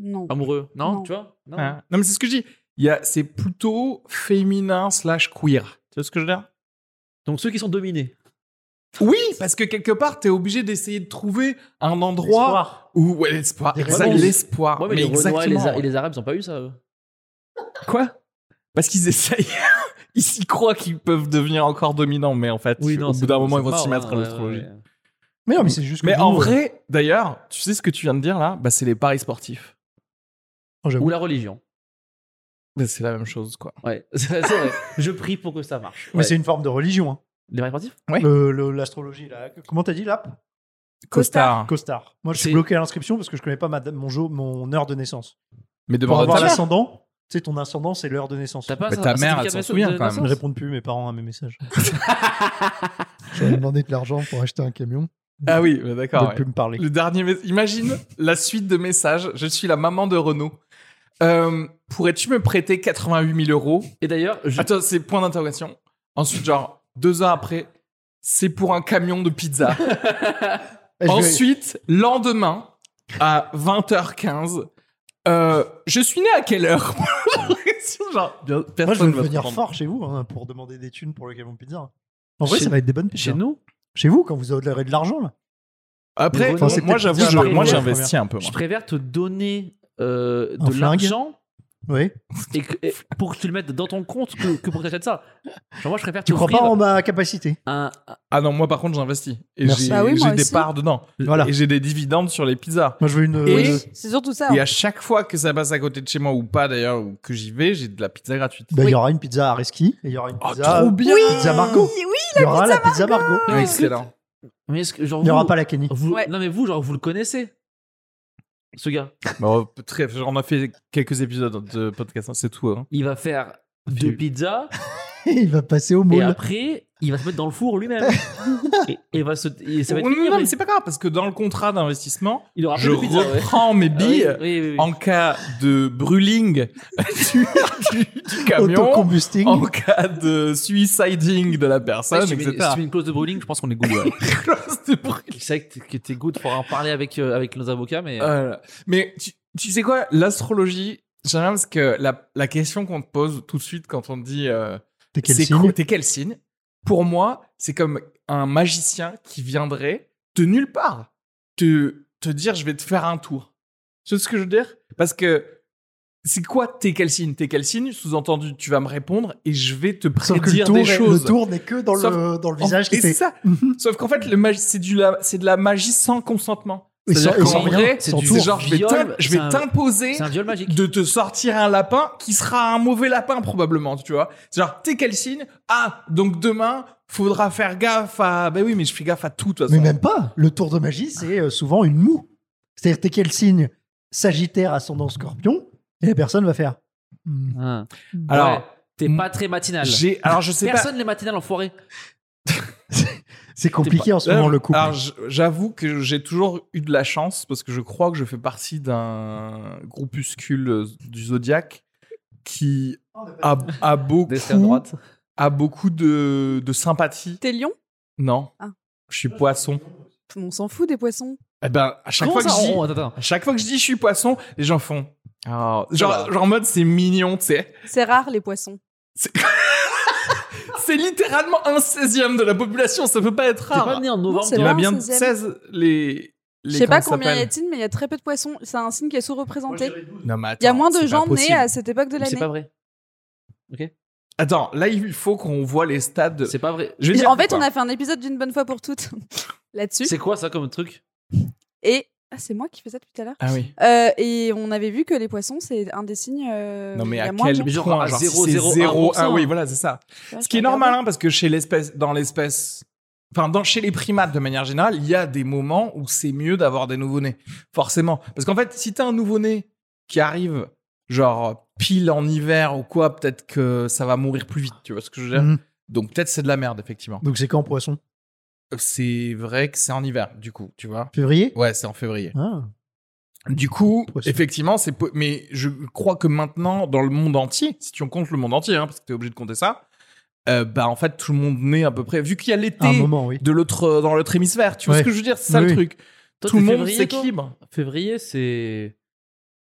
D: Non.
C: amoureux. Non,
D: Non.
C: tu vois Non.
A: Hein. Non, mais c'est ce que je dis. Il y a- C'est plutôt féminin slash queer. Tu vois ce que je veux dire
C: Donc ceux qui sont dominés.
A: Oui, parce que quelque part, t'es obligé d'essayer de trouver un endroit où ouais, l'espoir.
B: Des
A: Exact,
C: réponses.
A: L'espoir.
C: Ouais, mais,
A: Ah, mais
C: les Renois et les,
A: exactement.
C: Ar- et les Arabes ils ont pas eu ça. eux.
A: Quoi Parce qu'ils essayent. <laughs> Ils s'y croient qu'ils peuvent devenir encore dominants, mais en fait, au
C: c'est
A: bout d'un
C: bon,
A: moment,
C: c'est
A: ils vont s'y
C: mort,
A: mettre à
C: hein, ouais,
A: l'astrologie.
C: ouais, ouais.
B: Mais non, mais c'est juste que.
A: Mais
B: nous,
A: en
B: euh,
A: vrai, d'ailleurs, tu sais ce que tu viens de dire là bah, C'est les paris sportifs.
B: oh, j'avoue.
C: Ou la religion.
A: Bah, c'est la même chose, quoi.
C: Ouais, <laughs> c'est vrai. Je prie pour que ça marche.
B: Mais
C: Ouais.
B: c'est une forme de religion. hein.
C: Les paris sportifs
A: Ouais.
B: Le- le- L'astrologie, là. Comment t'as dit, l'app
A: Costard.
B: Costard. Moi, je suis
C: C'est-
B: bloqué à l'inscription parce que je connais pas ma, mon, jour, mon heure de naissance.
A: Mais
B: Pour
A: demande à
B: avoir
A: ta mère.
B: l'ascendant, tu sais, ton ascendant, c'est l'heure de naissance.
C: T'as pas
A: Mais
C: ça-
A: ta
C: un
A: mère, elle
C: certificat
A: s'en
C: de
A: souviens,
C: naissance
A: quand même.
B: Ils ne répondent plus, mes parents, à mes <laughs> messages. J'aurais demandé de l'argent pour acheter un camion.
A: Ah oui, bah,
B: Ils
A: d'accord.
B: ne
A: ouais.
B: plus me parler.
A: Le dernier mes- Imagine la suite de messages. Je suis la maman de Renaud. Euh, Pourrais-tu me prêter 88 000 euros
C: Et d'ailleurs, je-
A: Attends, c'est point d'interrogation. Ensuite, genre, deux ans après, c'est pour un camion de
B: <laughs>
A: pizza.
B: Eh, je vais-
A: Ensuite, lendemain, à 20h15, euh, je suis né à quelle heure <laughs> Genre, bien-
B: Moi, je
A: personne
B: vais
A: ne va te
B: venir
A: prendre.
B: fort chez vous hein, pour demander des thunes pour le camion de pizza. En vrai,
C: Chez-
B: ça va être des bonnes pizzas.
C: chez nous,
B: Chez vous, quand vous aurez de l'argent, là.
A: Après,
C: Enfin,
B: c'est
A: moi,
B: peut-être
A: j'avoue,
B: déjà
A: je-
B: arrivé
A: moi,
B: la
A: j'investis un peu.
C: je
A: moi.
C: préfère te donner euh,
B: Un
C: de
B: flingue.
C: l'argent
B: Oui.
C: et que- et pour que tu le mettes dans ton compte que, que pour que tu achètes ça. Genre, moi, je préfère
B: Tu crois
C: t'offrir
B: pas en ma capacité
C: un,
A: Ah non, moi par contre j'investis. Et
B: Merci.
A: j'ai
D: Bah oui, moi
A: j'ai des
D: aussi.
A: parts dedans.
B: Voilà.
A: Et j'ai des dividendes sur les pizzas.
B: Moi, je veux une.
C: Et-
B: euh,
D: C'est surtout ça.
C: Ah.
A: Et
D: hein.
A: à chaque fois que ça passe à côté de chez moi ou pas d'ailleurs, ou que j'y vais, j'ai de la pizza gratuite.
B: bah, il y
D: Oui.
B: aura une pizza à Reski. et Il y aura une
A: Oh,
B: pizza.
A: trop bien Ah,
B: Pizza Margot.
D: Oui,
B: Il y aura la pizza Margot.
C: Mais est-ce que-
A: Excellent.
C: Mais est-ce que, genre,
B: Il n'y aura
C: vous-
B: pas la
A: Oh.
B: Kenny.
C: vous-
D: Ouais.
C: Non, mais vous, genre, vous le connaissez, ce gars.
A: Bon, très, on a fait quelques épisodes de podcast, hein, c'est tout. hein.
C: Il va faire deux
A: Philippe.
C: pizzas
B: <laughs> il va passer au
C: et
B: moule.
C: après, il va se mettre dans le four
B: <laughs>
C: lui-même. et, et va se, et ça va être
A: non,
C: fini,
A: non,
C: après.
A: mais c'est pas grave parce que dans le contrat d'investissement,
C: Il aura
A: je
C: plus de pizza. ouais.
A: reprends mes
C: Ah oui,
A: billes
C: oui, oui, oui.
A: en cas de brûling <laughs> du, du- du camion, Oh,
B: Autocombusting.
A: en cas de suiciding de la personne,
C: Si tu mets-
A: etc.
C: si tu mets une clause de bowling, je pense qu'on est good.
A: <laughs>
C: ouais. C'est vrai que t'es- que t'es good, faudra en parler avec, euh, avec nos avocats, mais.
A: Voilà. Mais tu, tu sais quoi, l'astrologie, j'aime bien parce que la, la question qu'on te pose tout de suite quand on te dit euh,
B: T'es quel
A: c'est
B: signe
A: quoi- t'es quel signe Pour moi, c'est comme un magicien qui viendrait de nulle part te, te dire je vais te faire un tour. C'est ce que je veux dire Parce que c'est quoi t'es quel signe T'es quel signe Sous-entendu, tu vas me répondre et je vais te
B: Sauf que le
A: prédire
B: tour,
A: des
B: est-
A: choses.
B: le tour n'est que dans, le,
A: Sauf-
B: dans le visage qui
A: Et c'est
B: fait.
A: ça. Sauf qu'en fait, le magi- c'est du la- c'est de la magie sans consentement.
B: Et sans-
A: C'est-à-dire
B: et
A: qu'en
B: sans rien,
A: vrai,
B: sans
A: c'est
B: tour.
A: genre je vais
C: Viol,
A: t'im- je
C: c'est
A: vais
C: un-
A: t'imposer
C: C'est un viol magique.
A: de te sortir un lapin qui sera un mauvais lapin probablement, tu vois. C'est genre t'es quel signe Ah, donc demain faudra faire gaffe à. Ben oui, mais je fais gaffe à tout de toute
B: Mais
A: façon.
B: même pas. Le tour de magie, c'est euh, souvent une moue. C'est-à-dire, t'es quel signe Sagittaire, ascendant scorpion, et la personne va faire. Hmm.
C: Hein.
A: Alors,
C: Ouais, t'es pas très matinal.
A: j'ai. Alors je sais
C: Personne les matinales en forêt.
B: C'est compliqué en ce
A: pas.
B: moment,
A: Euh,
B: le couple.
A: Alors j- j'avoue que j'ai toujours eu de la chance parce que je crois que je fais partie d'un groupuscule euh, du zodiaque qui a, a beaucoup a beaucoup de, de sympathie.
D: T'es lion
A: Non.
D: Ah.
A: Je suis poisson.
D: On s'en fout des poissons.
A: Eh ben, à chaque,
C: Comment
A: fois que
C: ça
A: je dis,
C: on- attends, attends.
A: à chaque fois que je dis je suis poisson, les gens font. Ah. genre,
C: va.
A: genre en mode c'est mignon, tu sais.
D: C'est rare les poissons.
A: C'est littéralement un 16 de la population, ça peut pas être
C: T'es pas
A: rare.
C: né en
D: Non,
C: novembre.
D: c'est
A: Il y
C: toi
A: en
D: pas
A: a
D: un
A: bien
D: 16e.
A: 16 les. les
D: Je sais pas
A: comment ça
D: combien y
A: s'appelle
D: a-t-il, mais il y a très peu de poissons. C'est un signe qui est sous-représenté.
A: Non, mais
D: Il y a
A: attends,
D: moins de
A: c'est
D: gens
A: pas
D: nés
A: possible.
D: à cette époque de
C: Mais C'est
D: l'année.
C: pas vrai. Ok.
A: Attends, là il faut qu'on voit les stades.
C: C'est pas vrai.
A: Je vais
D: Et
A: dire
D: En fait,
A: pourquoi.
D: on a fait un épisode d'une bonne fois pour toutes <laughs> là-dessus.
C: C'est quoi ça comme truc
D: Et ah, c'est moi qui fais ça depuis tout à l'heure.
A: Ah oui.
D: Euh, et on avait vu que les poissons, c'est un des signes. euh,
A: Non mais
D: il y a
A: à
D: moins
A: quel
D: de gens.
C: Mais genre
A: point
C: à
A: genre, si
C: 0,01%.
A: c'est 0,1, oui, voilà, c'est ça.
D: Ouais,
A: Ce qui est
D: je
A: normal,
D: regarde.
A: hein, parce que chez l'espèce, dans l'espèce, enfin, dans, chez les primates de manière générale, il y a des moments où c'est mieux d'avoir des nouveau-nés. Forcément. Parce qu'en fait, si t'as un nouveau-né qui arrive, genre, pile en hiver ou quoi, peut-être que ça va mourir plus vite. Tu vois ce que je veux dire?
B: Hmm.
A: Donc, peut-être c'est de la merde, effectivement.
B: Donc, c'est quand, poisson
A: C'est vrai que c'est en hiver, du coup, tu vois.
B: Février
A: Ouais, c'est en février.
B: Ah.
A: Du coup,
B: Poisson.
A: effectivement, c'est po- mais je crois que maintenant dans le monde entier, si tu comptes le monde entier, hein, parce que t'es obligé de compter ça, euh, bah en fait tout le monde naît à peu près. Vu qu'il y a
B: À un
A: l'été
B: moment, oui.
A: de l'autre euh, dans l'autre hémisphère, tu vois
B: Ouais.
A: ce que je veux dire, c'est ça
B: Oui,
A: le
B: oui.
A: truc.
C: Toi,
A: tout
C: t'es
A: le monde
C: février, toi
A: s'équilibre.
C: Février, c'est.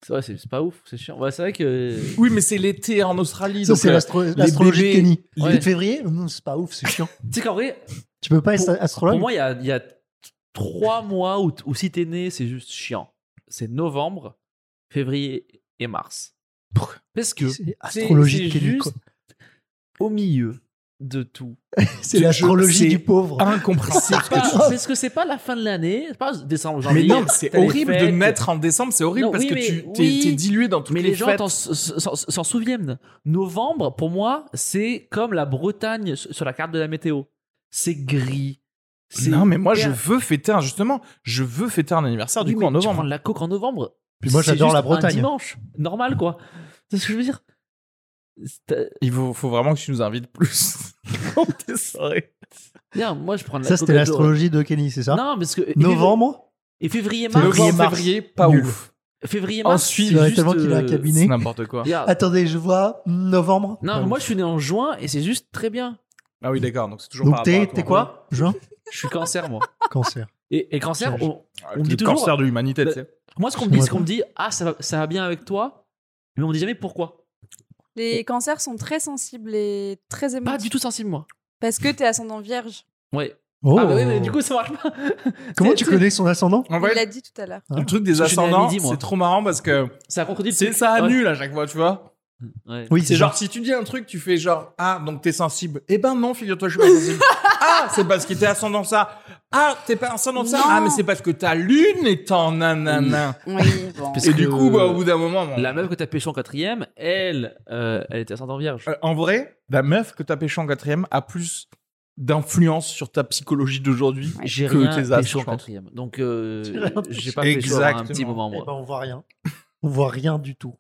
C: c'est- Ouais, c'est c'est pas ouf, c'est chiant. Ouais, c'est vrai que.
A: Oui, mais c'est l'été en Australie.
B: Ça,
A: donc,
B: c'est
A: euh,
B: l'astro- l'astrologie de
A: bébés-
B: Kenny.
A: les-
B: Le février Non, C'est pas ouf, c'est chiant.
C: Tu sais qu'en vrai,
B: Tu peux pas être
C: Pour
B: astrologue
C: moi, il y a, il y a trois mois où, où si t'es né, c'est juste chiant. C'est novembre, février et mars. Parce que
B: C'est
C: c'est
B: astrologie de
C: c'est
B: Kenny,
C: juste
B: quoi.
C: au milieu de tout.
B: C'est
A: je-
B: l'astrologie
A: c'est-
B: du pauvre.
A: incompréhensible.
C: C'est pas- parce que c'est pas la fin de l'année, c'est pas décembre,
A: mais
C: janvier.
A: non, mais c'est
C: t'as les
A: horrible de
C: fêtes.
A: naître en décembre, c'est horrible
C: Non,
A: parce
C: oui,
A: que
C: mais-
A: tu t'es
C: oui.
A: t'es dilué dans toutes
C: Mais
A: les,
C: les gens
A: fêtes.
C: t'en- s- s'en s'en souviennent. Novembre, pour moi, c'est comme la Bretagne sur sur la carte de la météo. C'est gris. c'est
A: Non, mais moi je
C: hyper-
A: veux fêter un justement, je veux fêter un anniversaire du
C: Oui,
A: coup
C: mais
A: en
C: Tu prends
A: novembre.
C: de la coke en novembre.
B: Puis moi,
C: c'est
B: j'adore
C: juste
B: la
C: Un
B: Bretagne.
C: dimanche, normal quoi. C'est ce que je veux dire. C'est- euh,
A: Il faut, faut vraiment que tu nous invites plus. <laughs> Quand t'es soirée.
C: Bien, moi je prends de la
B: Ça,
C: coke
B: c'était
C: à
B: l'astrologie de Kenny, c'est
C: Dora.
B: ça
C: Non, parce que et
B: Novembre
C: février- et février mars,
B: Février,
A: Novembre,
B: mars.
A: février, pas
B: Nul.
A: ouf.
C: février mars.
A: Ensuite,
C: c'est
B: il y aurait
C: juste,
B: tellement qu'il a un
C: euh,
B: cabinet.
A: C'est n'importe quoi.
C: regarde.
B: Attendez, je vois. hmm, Novembre Euh,
C: Non,
B: Ouais.
C: moi je suis né en juin et c'est juste très bien.
A: Ah oui, d'accord, donc c'est toujours
B: Donc,
A: par
B: t'es
A: rapport à
B: t'es
A: toi.
B: quoi Juin
C: Je suis cancer moi.
B: Cancer.
C: Et, et cancer,
B: Tiens,
C: on-
A: Ah,
C: On
A: le
C: dit toujours-
A: cancer de l'humanité, tu sais.
C: moi ce qu'on me dit, c'est qu'on me dit ah ça va, ça va bien avec toi, mais on me dit jamais pourquoi.
D: Les cancers sont très sensibles et très
C: Pas
D: émotifs.
C: du tout sensible moi.
D: Parce que t'es ascendant vierge.
C: Ouais.
B: Oh.
C: Ah, bah oui, mais du coup, ça marche pas.
B: Comment
D: c'est-
B: tu
D: c'est-
B: connais son ascendant
A: En
D: Il
A: vrai,
D: l'a dit tout à l'heure.
A: le truc des
C: Parce que je suis né à
A: ascendants,
C: midi, moi.
A: c'est trop marrant parce que
C: Ça contredit le
A: c'est
C: truc.
A: ça
C: Ouais.
A: annule à chaque fois, tu vois.
C: Ouais.
B: Oui,
A: C'est genre si tu dis un truc, tu fais genre ah donc t'es sensible. Eh ben non, figure-toi, je suis pas sensible. ah c'est parce que t'es ascendant ça. Ah t'es pas ascendant ça.
D: Non.
A: Ah mais c'est parce que ta lune est en nanana.
D: Oui, bon. <laughs>
C: Parce
A: Et
C: que
A: du coup, bah, au bout d'un moment, bon,
C: La meuf que t'as pêché en quatrième, elle, euh, elle était ascendant vierge.
A: Euh, en vrai, la meuf que t'as pêché en quatrième a plus d'influence sur ta psychologie d'aujourd'hui
C: J'ai
A: que
C: rien
A: tes as,
C: pêché en
A: je pense.
C: quatrième. Donc, euh,
B: J'ai rien
C: j'ai pas pêché en un
A: Exactement.
C: petit moment,
B: Eh ben,
C: moi.
B: on voit rien. <laughs> On voit rien du tout.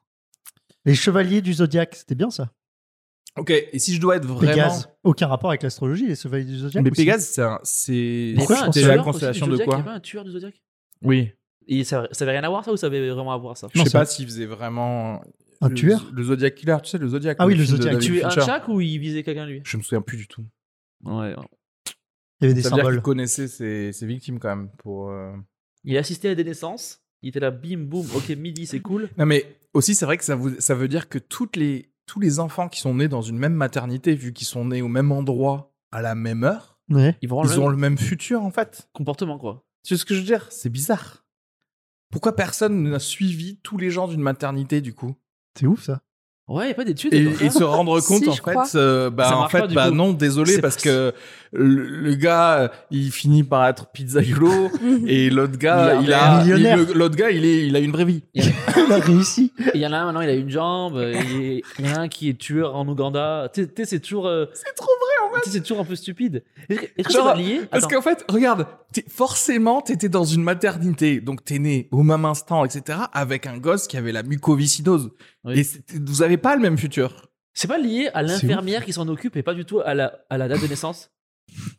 B: Les chevaliers du zodiaque, c'était bien ça.
A: Ok, et si je dois être vraiment...
B: Pégase. Aucun rapport avec l'astrologie, les chevaliers du zodiaque.
A: Mais
B: aussi.
A: Pégase, c'est un- c'est
B: Pourquoi
A: c'est
B: je pense
A: la
C: tueur aussi
A: constellation
C: du
A: de
C: Zodiac Il y
A: quoi
C: avait un tueur du Zodiac
A: Oui.
C: Et ça, ça avait rien à voir, ça, ou ça avait vraiment à voir, ça
A: Je
B: Non,
A: sais
B: c'est
A: pas s'il faisait vraiment...
B: Un
A: le-
B: tueur
A: Le Zodiac Killer, tu sais, le Zodiac.
B: Ah oui, le
A: film de
B: Zodiac.
A: David
C: Tuer un
A: Fincher.
C: Jack ou il visait quelqu'un, lui
A: Je me souviens plus du tout.
C: Ouais.
B: Il y avait des
A: ça veut dire
B: symboles.
A: qu'il connaissait ses, ses victimes quand même. Pour, euh,
C: Il assistait à des naissances. Il était là, bim, boum, ok, midi, c'est cool.
A: Non mais aussi, c'est vrai que ça, vous- ça veut dire que toutes les, tous les enfants qui sont nés dans une même maternité, vu qu'ils sont nés au même endroit, à la même heure,
B: Ouais.
C: Ils vont avoir
A: ils
C: le même
A: ont le même futur en fait.
C: comportement, quoi.
A: C'est ce que je veux dire, c'est bizarre. Pourquoi personne n'a suivi tous les gens d'une maternité du coup
B: C'est ouf ça. <laughs>
C: Ouais, il a pas d'études.
A: et,
C: alors. <laughs>
A: et se rendre compte
D: Si,
A: en
D: je crois.
A: fait, euh, bah
C: Ça
A: en
C: marche pas,
A: fait,
C: du
A: bah
C: coup.
A: non, désolé
C: C'est-
A: parce que le, le gars euh, il finit par être pizzaïolo et l'autre gars il a il-
B: Millionnaire.
A: le- l'autre gars il est il a une vraie vie.
B: Il a réussi.
C: Et Il y en a un maintenant, il a une jambe. euh, et Il y en a un qui est tueur en Ouganda. Tu sais- tu sais, c'est toujours. euh,
A: C'est trop vrai.
C: Tu sais, c'est toujours un peu stupide. Est-ce que- est-ce que
A: Genre,
C: c'est pas lié
A: Parce
C: Attends.
A: qu'en fait, regarde, t'es- forcément, t'étais dans une maternité, donc t'es né au même instant, etc., avec un gosse qui avait la mucoviscidose.
C: Oui.
A: Et c'était- vous avez pas le même futur.
C: C'est pas lié à l'infirmière qui s'en occupe et pas du tout à la, à la date de naissance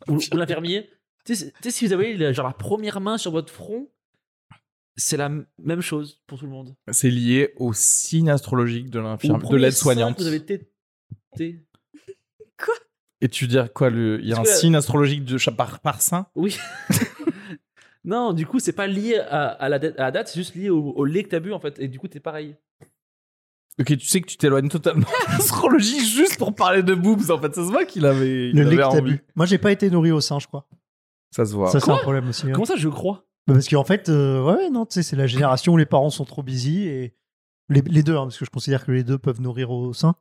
C: Ou, <laughs> ou l'infirmier Tu sais, c'est- tu sais, si vous avez la- genre, la première main sur votre front, c'est la m- même chose pour tout le monde.
A: C'est lié au signe astrologique de
C: Ou le
A: l'infirme, de
C: premier sein
A: l'aide-soignante.
C: que Vous avez été- été-
A: Et tu veux dire quoi le... Il y a un
C: Parce que-
A: signe astrologique de... cha- par, par saint
C: Oui. non, du coup, c'est pas lié à, à la, date- à la date, c'est juste lié au, au lait que t'as bu en fait. Et du coup, t'es pareil.
A: Ok, tu sais que tu t'éloignes totalement <laughs> de l'astrologie juste pour parler de boobs. En fait, ça se voit qu'il avait, il
B: Le lait
A: avait
B: que t'as
A: envie. Bah,
B: bu. Moi, j'ai pas été nourri au sein, je crois.
A: Ça se voit.
B: Ça, c'est
C: Quoi
B: un problème aussi. ouais.
C: Comment ça, je crois
B: Bah, Parce qu'en fait, euh, ouais, ouais, non, tu sais, c'est la génération où les parents sont trop busy et les, les deux, hein, parce que je considère que les deux peuvent nourrir au sein.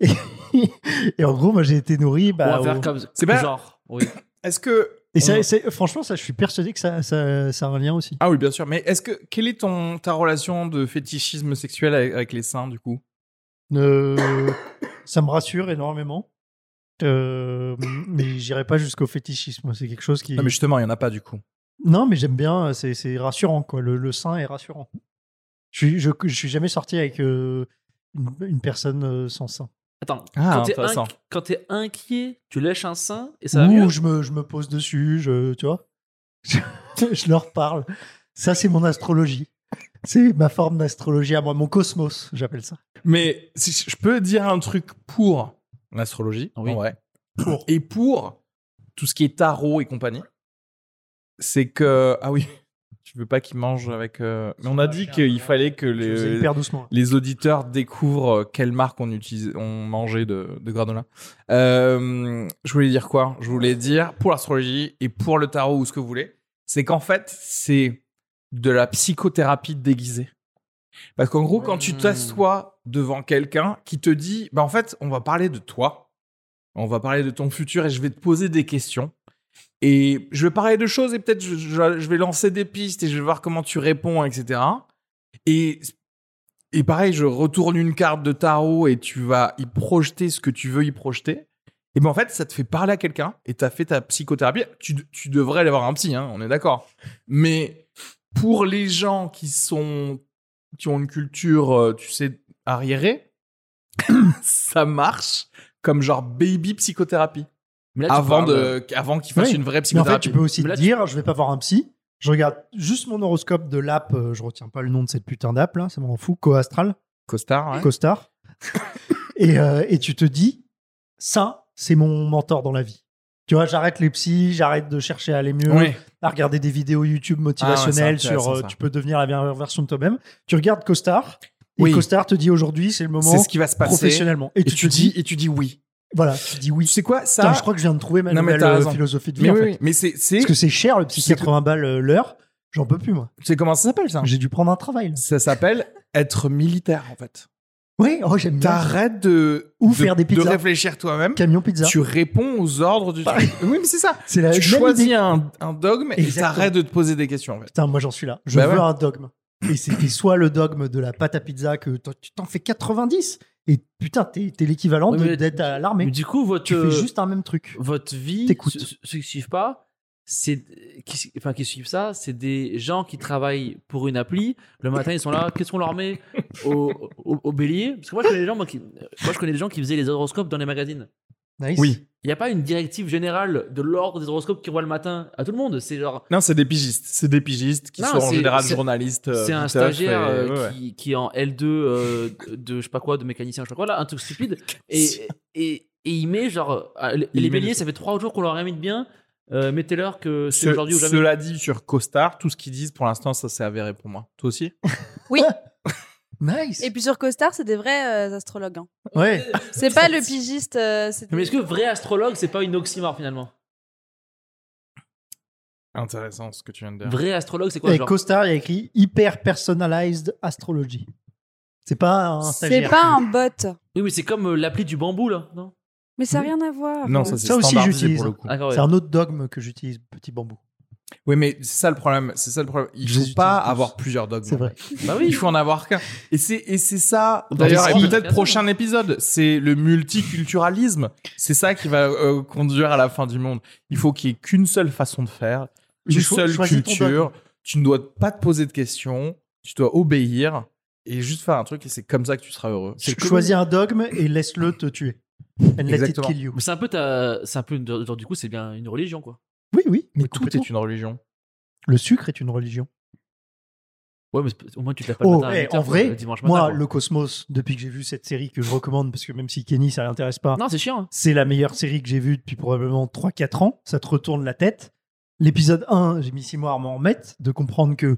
B: <laughs> Et, et en gros, moi, j'ai été nourri. Bah,
C: On va faire
B: au-
C: comme
A: C'est pas-
C: genre. Oui.
A: Est-ce que...
B: Et ça-
A: on-
B: c'est- franchement, ça, je suis persuadé que ça, ça, ça a un lien aussi.
A: Ah oui, bien sûr. Mais est-ce que... Quelle est ton... ta relation de fétichisme sexuel avec, avec les seins, du coup
B: Euh, <coughs> ça me rassure énormément. Euh, mais j'irai pas jusqu'au fétichisme. C'est quelque chose qui.
A: Non, mais justement, il y en a pas, du coup.
B: Non, mais j'aime bien, c'est c'est rassurant, quoi. Le, le sein est rassurant. Je suis, je, je suis jamais sorti avec euh, une, une personne euh, sans sein.
C: Attends,
A: Ah,
C: quand t'es
A: intéressant.
C: inqui- quand t'es inquiet, tu lèches un sein et ça va
B: Ou
C: mieux
B: je me, je me pose dessus, je, tu vois. <laughs> Je, je leur parle. Ça, c'est mon astrologie. C'est ma forme d'astrologie à moi, mon cosmos, j'appelle ça.
A: Mais si je je peux dire un truc pour l'astrologie,
C: Oui.
A: en vrai,
B: Pour.
A: et pour tout ce qui est tarot et compagnie, c'est que ah oui, <laughs> tu veux pas qu'ils mangent avec. euh, Mais on a dit qu'il fallait que
B: Je faisais
A: les
B: hyper doucement. hein.
A: les auditeurs découvrent euh, quelle marque on utilise, on mangeait de, de granola. Euh, je voulais dire quoi Je voulais dire pour l'astrologie et pour le tarot ou ce que vous voulez, c'est qu'en fait c'est de la psychothérapie déguisée. Parce qu'en gros, quand tu
C: Mmh.
A: t'assois devant quelqu'un qui te dit, bah en fait, on va parler de toi, on va parler de ton futur et je vais te poser des questions. Et je vais parler de choses et peut-être je, je- je vais lancer des pistes et je vais voir comment tu réponds, etc. Et, et pareil, je retourne une carte de tarot et tu vas y projeter ce que tu veux y projeter. Et ben en fait, ça te fait parler à quelqu'un et t'as fait ta psychothérapie. Tu, tu devrais aller voir un psy, hein, on est d'accord. Mais pour les gens qui sont qui ont une culture, euh, tu sais, arriérée, <coughs> ça marche comme genre baby psychothérapie
C: Mais là, tu
A: avant,
C: parles-
A: de, avant qu'il fasse
B: euh, Oui.
A: une vraie
B: Mais en fait,
A: psychothérapie.
B: tu peux aussi
C: Mais là,
B: te
C: tu-
B: dire, je vais pas voir un psy. Je regarde juste mon horoscope de l'app. euh, Je retiens pas le nom de cette putain d'app là, ça m'en fout. Coastral,
A: Costard, ouais. <laughs>
B: Costar. et, euh, et tu te dis, ça, c'est mon mentor dans la vie. Tu vois, j'arrête les psys, j'arrête de chercher à aller mieux,
A: Ouais.
B: à regarder des vidéos YouTube
A: Ah
B: motivationnelles
A: ouais, c'est
B: sur
A: intéressant,
B: euh,
A: ça.
B: tu peux devenir la meilleure version de toi-même. Tu regardes Costar et
A: Oui.
B: Costar te dit aujourd'hui c'est le moment
A: C'est ce qui va se passer.
B: professionnellement. Et,
A: Et
B: tu, te dis,
A: et tu dis oui.
B: Voilà, tu dis
A: Tu
B: oui.
A: sais quoi
B: Putain,
A: ça
B: je crois que je viens de trouver ma
A: Non, mais
B: nouvelle
A: t'as
B: euh,
A: raison.
B: philosophie de vie.
A: Mais
B: en
A: oui,
B: fait.
A: oui, mais c'est c'est
B: Parce que c'est cher, le psy,
A: C'est que-
B: 80 balles euh, l'heure. J'en peux plus, moi.
A: tu sais comment ça s'appelle ça
B: J'ai dû prendre un travail. là.
A: Ça s'appelle être militaire en fait.
B: Oui, oh, j'aime bien.
A: T'arrêtes de
B: Ou
A: de-
B: faire des pizzas.
A: de réfléchir toi-même.
B: Camion pizza.
A: Tu réponds aux ordres
B: <laughs>
A: du
B: Bah,
A: truc. Oui, mais c'est ça.
B: C'est
C: Euh,
B: la
A: Tu
B: même
A: choisis
B: idée.
A: un, un dogme et
B: Exactement.
A: t'arrêtes de te poser des questions en fait.
B: Putain, moi j'en suis là. Je
A: Bah
B: veux
A: ouais.
B: un dogme. Et c'était soit le dogme de la pâte à pizza que t'en- tu t'en fais 90 et putain, t'es t'es l'équivalent
C: Ouais,
B: de-
C: mais-
B: d'être à
C: Mais
B: l'armée.
C: du coup, votre, euh,
B: Tu fais juste un même truc.
C: votre vie,
B: T'écoutes.
C: ceux, ceux qui suivent pas, c'est qui, enfin, qui suivent ça, c'est des gens qui travaillent pour une appli. Le matin, ils sont là. Qu'est-ce qu'on leur met au, au- au bélier Parce que moi, je connais des gens, moi, qui, moi, je connais des gens qui faisaient les horoscopes dans les magazines.
B: Nice.
A: Oui.
C: Il n'y a pas une directive générale de l'ordre des horoscopes qui voit le matin à tout le monde. C'est genre,
A: Non, c'est des pigistes. C'est des pigistes qui
C: Non,
A: sont en
C: c'est-
A: général
C: c'est-
A: journalistes. euh,
C: c'est un
A: viteuf
C: stagiaire
A: et-
C: euh,
A: ouais, ouais.
C: qui, qui est en L2 euh, de je sais pas quoi, de mécanicien, je sais pas quoi, là, un truc
A: <laughs>
C: stupide. Et, et, et il met genre, ah, les
A: Il
C: les
A: met le-
C: béliers, ça fait trois jours qu'on leur a mis de bien. euh, Mettez-leur que c'est
A: Ce-
C: aujourd'hui ou jamais.
A: Cela dit, sur Costar, tout ce qu'ils disent pour l'instant, ça s'est avéré pour moi. Toi aussi
B: Nice.
D: Et puis sur Costar, c'est des vrais euh, astrologues. hein.
B: Ouais.
D: C'est pas le pigiste. euh, c'est-
C: Mais est-ce que vrai astrologue, c'est pas une oxymore finalement
A: Intéressant ce que tu viens de dire.
C: Vrai astrologue, c'est quoi
B: Et
C: genre
B: Costar, il y a écrit Hyper Personalized Astrology. C'est pas un
D: C'est
B: stagiaire.
D: pas un bot.
C: Oui, mais c'est comme euh, l'appli du bambou là, non
D: Mais ça n'a rien à voir.
A: Non, ça
B: Ça
A: c'est
B: aussi,
A: standardisé
B: j'utilise.
A: pour le coup.
C: D'accord, ouais.
B: C'est un autre dogme que j'utilise, petit bambou.
A: Oui, mais c'est ça le problème. C'est ça le problème. Il
B: Je les
A: faut pas
B: utilise tous.
A: avoir plusieurs dogmes.
B: C'est vrai.
C: Bah
A: Il
C: oui.
A: faut en avoir qu'un. Et c'est et c'est ça.
B: Dans
A: D'ailleurs,
B: les
A: et
B: films.
A: peut-être prochain épisode, c'est le multiculturalisme. C'est ça qui va euh, conduire à la fin du monde. Il faut qu'il y ait qu'une seule façon de faire,
B: Tu
A: une
B: cho-
A: seule
B: choisis ton
A: culture. Tu ne dois pas te poser de questions. Tu dois obéir et juste faire un truc. Et c'est comme ça que tu seras heureux.
B: Ch-
A: C'est comme-
B: Choisis un dogme et laisse-le te tuer. And let it
A: Exactement.
B: kill you.
C: Mais c'est un peu ta... c'est un peu une- genre, du coup, c'est bien une religion quoi.
B: Oui, oui.
A: Mais
B: oui,
A: tout
B: complètement.
A: est une religion.
B: Le sucre est une religion.
C: Ouais, mais c'est- au moins tu te lèves pas le
B: Oh,
C: matin à
B: eh,
C: 8 heures,
B: en vrai,
C: le dimanche matin.
B: moi,
C: quoi.
B: le Cosmos, depuis que j'ai vu cette série que je recommande, parce que même si Kenny, ça l'intéresse pas,
C: Non, c'est chiant. hein.
B: c'est la meilleure série que j'ai vue depuis probablement 3-4 ans. Ça te retourne la tête. L'épisode 1, j'ai mis 6 mois à m'en remettre, de comprendre que,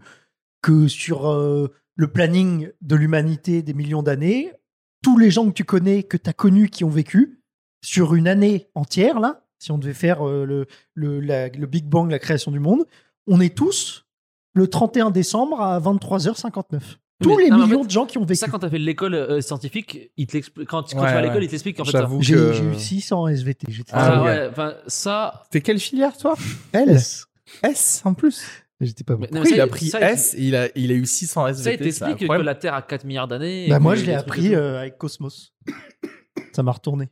B: que sur euh, le planning de l'humanité des millions d'années, tous les gens que tu connais, que tu as connus, qui ont vécu, sur une année entière, là, si on devait faire euh, le, le, la- le Big Bang, la création du monde, on est tous le 31 décembre à 23h59. Tous
C: Mais-
B: les
C: non, mais en
B: millions
C: fait,
B: de gens qui ont vécu.
C: Ça, quand t'as fait de l'école euh, scientifique, il te l'explique- quand, quand
A: Ouais,
C: tu vas à
A: ouais.
C: l'école, il t'explique qu'en fait ça.
A: J'avoue
B: J'ai
A: que.
B: j'ai eu 600 SVT, j'étais
A: Ah,
C: Ah,
A: ouais.
C: ouais, enfin, ça.
A: T'es quelle filière toi
B: LS.
A: S en plus.
B: J'étais pas bon.
C: mais- non, mais
A: Pourquoi
C: ça,
A: il a pris
C: ça, il-
A: S et il a, il a eu 600
C: Ça, il
A: SVT. c'est
C: t'explique que
A: incroyable.
C: la Terre a 4 milliards d'années. et
B: Bah
C: que
B: moi, je
C: les
B: l'ai
C: trucs et
B: appris
C: tout.
B: euh, avec Cosmos. Ça m'a retourné.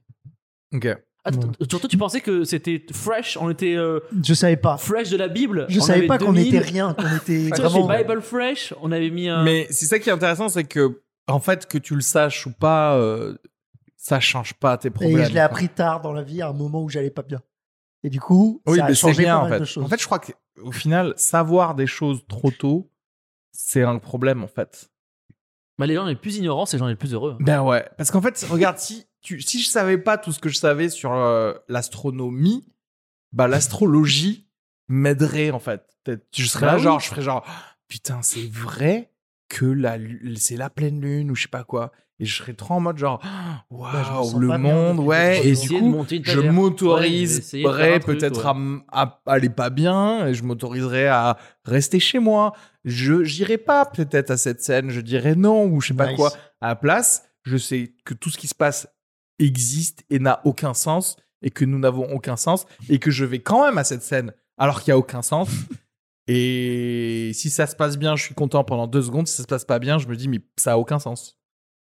A: Ok.
C: Ah, t- t- Surtout, tu pensais que c'était fresh, on était euh,
B: Je savais pas.
C: fresh de la Bible.
B: Je
C: on
B: savais
C: avait
B: pas qu'on
C: 2000.
B: était rien,
A: <laughs>
B: qu'on était
C: Tu vois, chez
B: vraiment.
C: Bible Fresh, on avait mis un.
A: Mais c'est ça qui est intéressant, c'est que, en fait, que tu le saches ou pas, euh, ça change pas tes problèmes.
B: Et je l'ai appris tard dans la vie, à un moment où j'allais pas bien. Et du coup,
A: Oui,
B: ça a
A: mais c'est
B: changé
A: bien,
B: pas
A: en
B: mal de
A: fait.
B: choses.
A: En fait, je crois qu'au final, savoir des choses trop tôt, c'est un problème, en fait.
C: Bah, les gens les plus ignorants, c'est les gens les plus heureux.
A: Ben ouais. Parce qu'en fait, regarde, si, tu, si je savais pas tout ce que je savais sur euh, l'astronomie, bah, l'astrologie m'aiderait, en fait. Peut-être, Je serais
C: Bah
A: là,
C: oui.
A: genre, je ferais genre, putain, c'est vrai que la, lu- c'est la pleine lune ou je sais pas quoi. Et je serais trop en mode genre,
C: Bah,
A: waouh,
B: je me sens
A: le
B: pas bien
A: monde,
B: depuis
A: ouais.
B: trois
A: Et
B: jours.
A: du
C: Essayer de
A: coup,
C: monter une
A: je
C: tagère. Ouais,
A: m'autorise,
C: essayer de faire un truc,
A: peut-être
C: ouais.
A: à, m- à aller pas bien, et je m'autoriserais à rester chez moi. Je j'irai pas peut-être à cette scène, je dirais non ou je sais pas
B: Nice.
A: quoi. À la place, je sais que tout ce qui se passe existe et n'a aucun sens et que nous n'avons aucun sens et que je vais quand même à cette scène alors qu'il y a aucun <laughs> sens. et si ça se passe bien, je suis content pendant deux secondes. Si ça se passe pas bien, je me dis mais ça a aucun sens.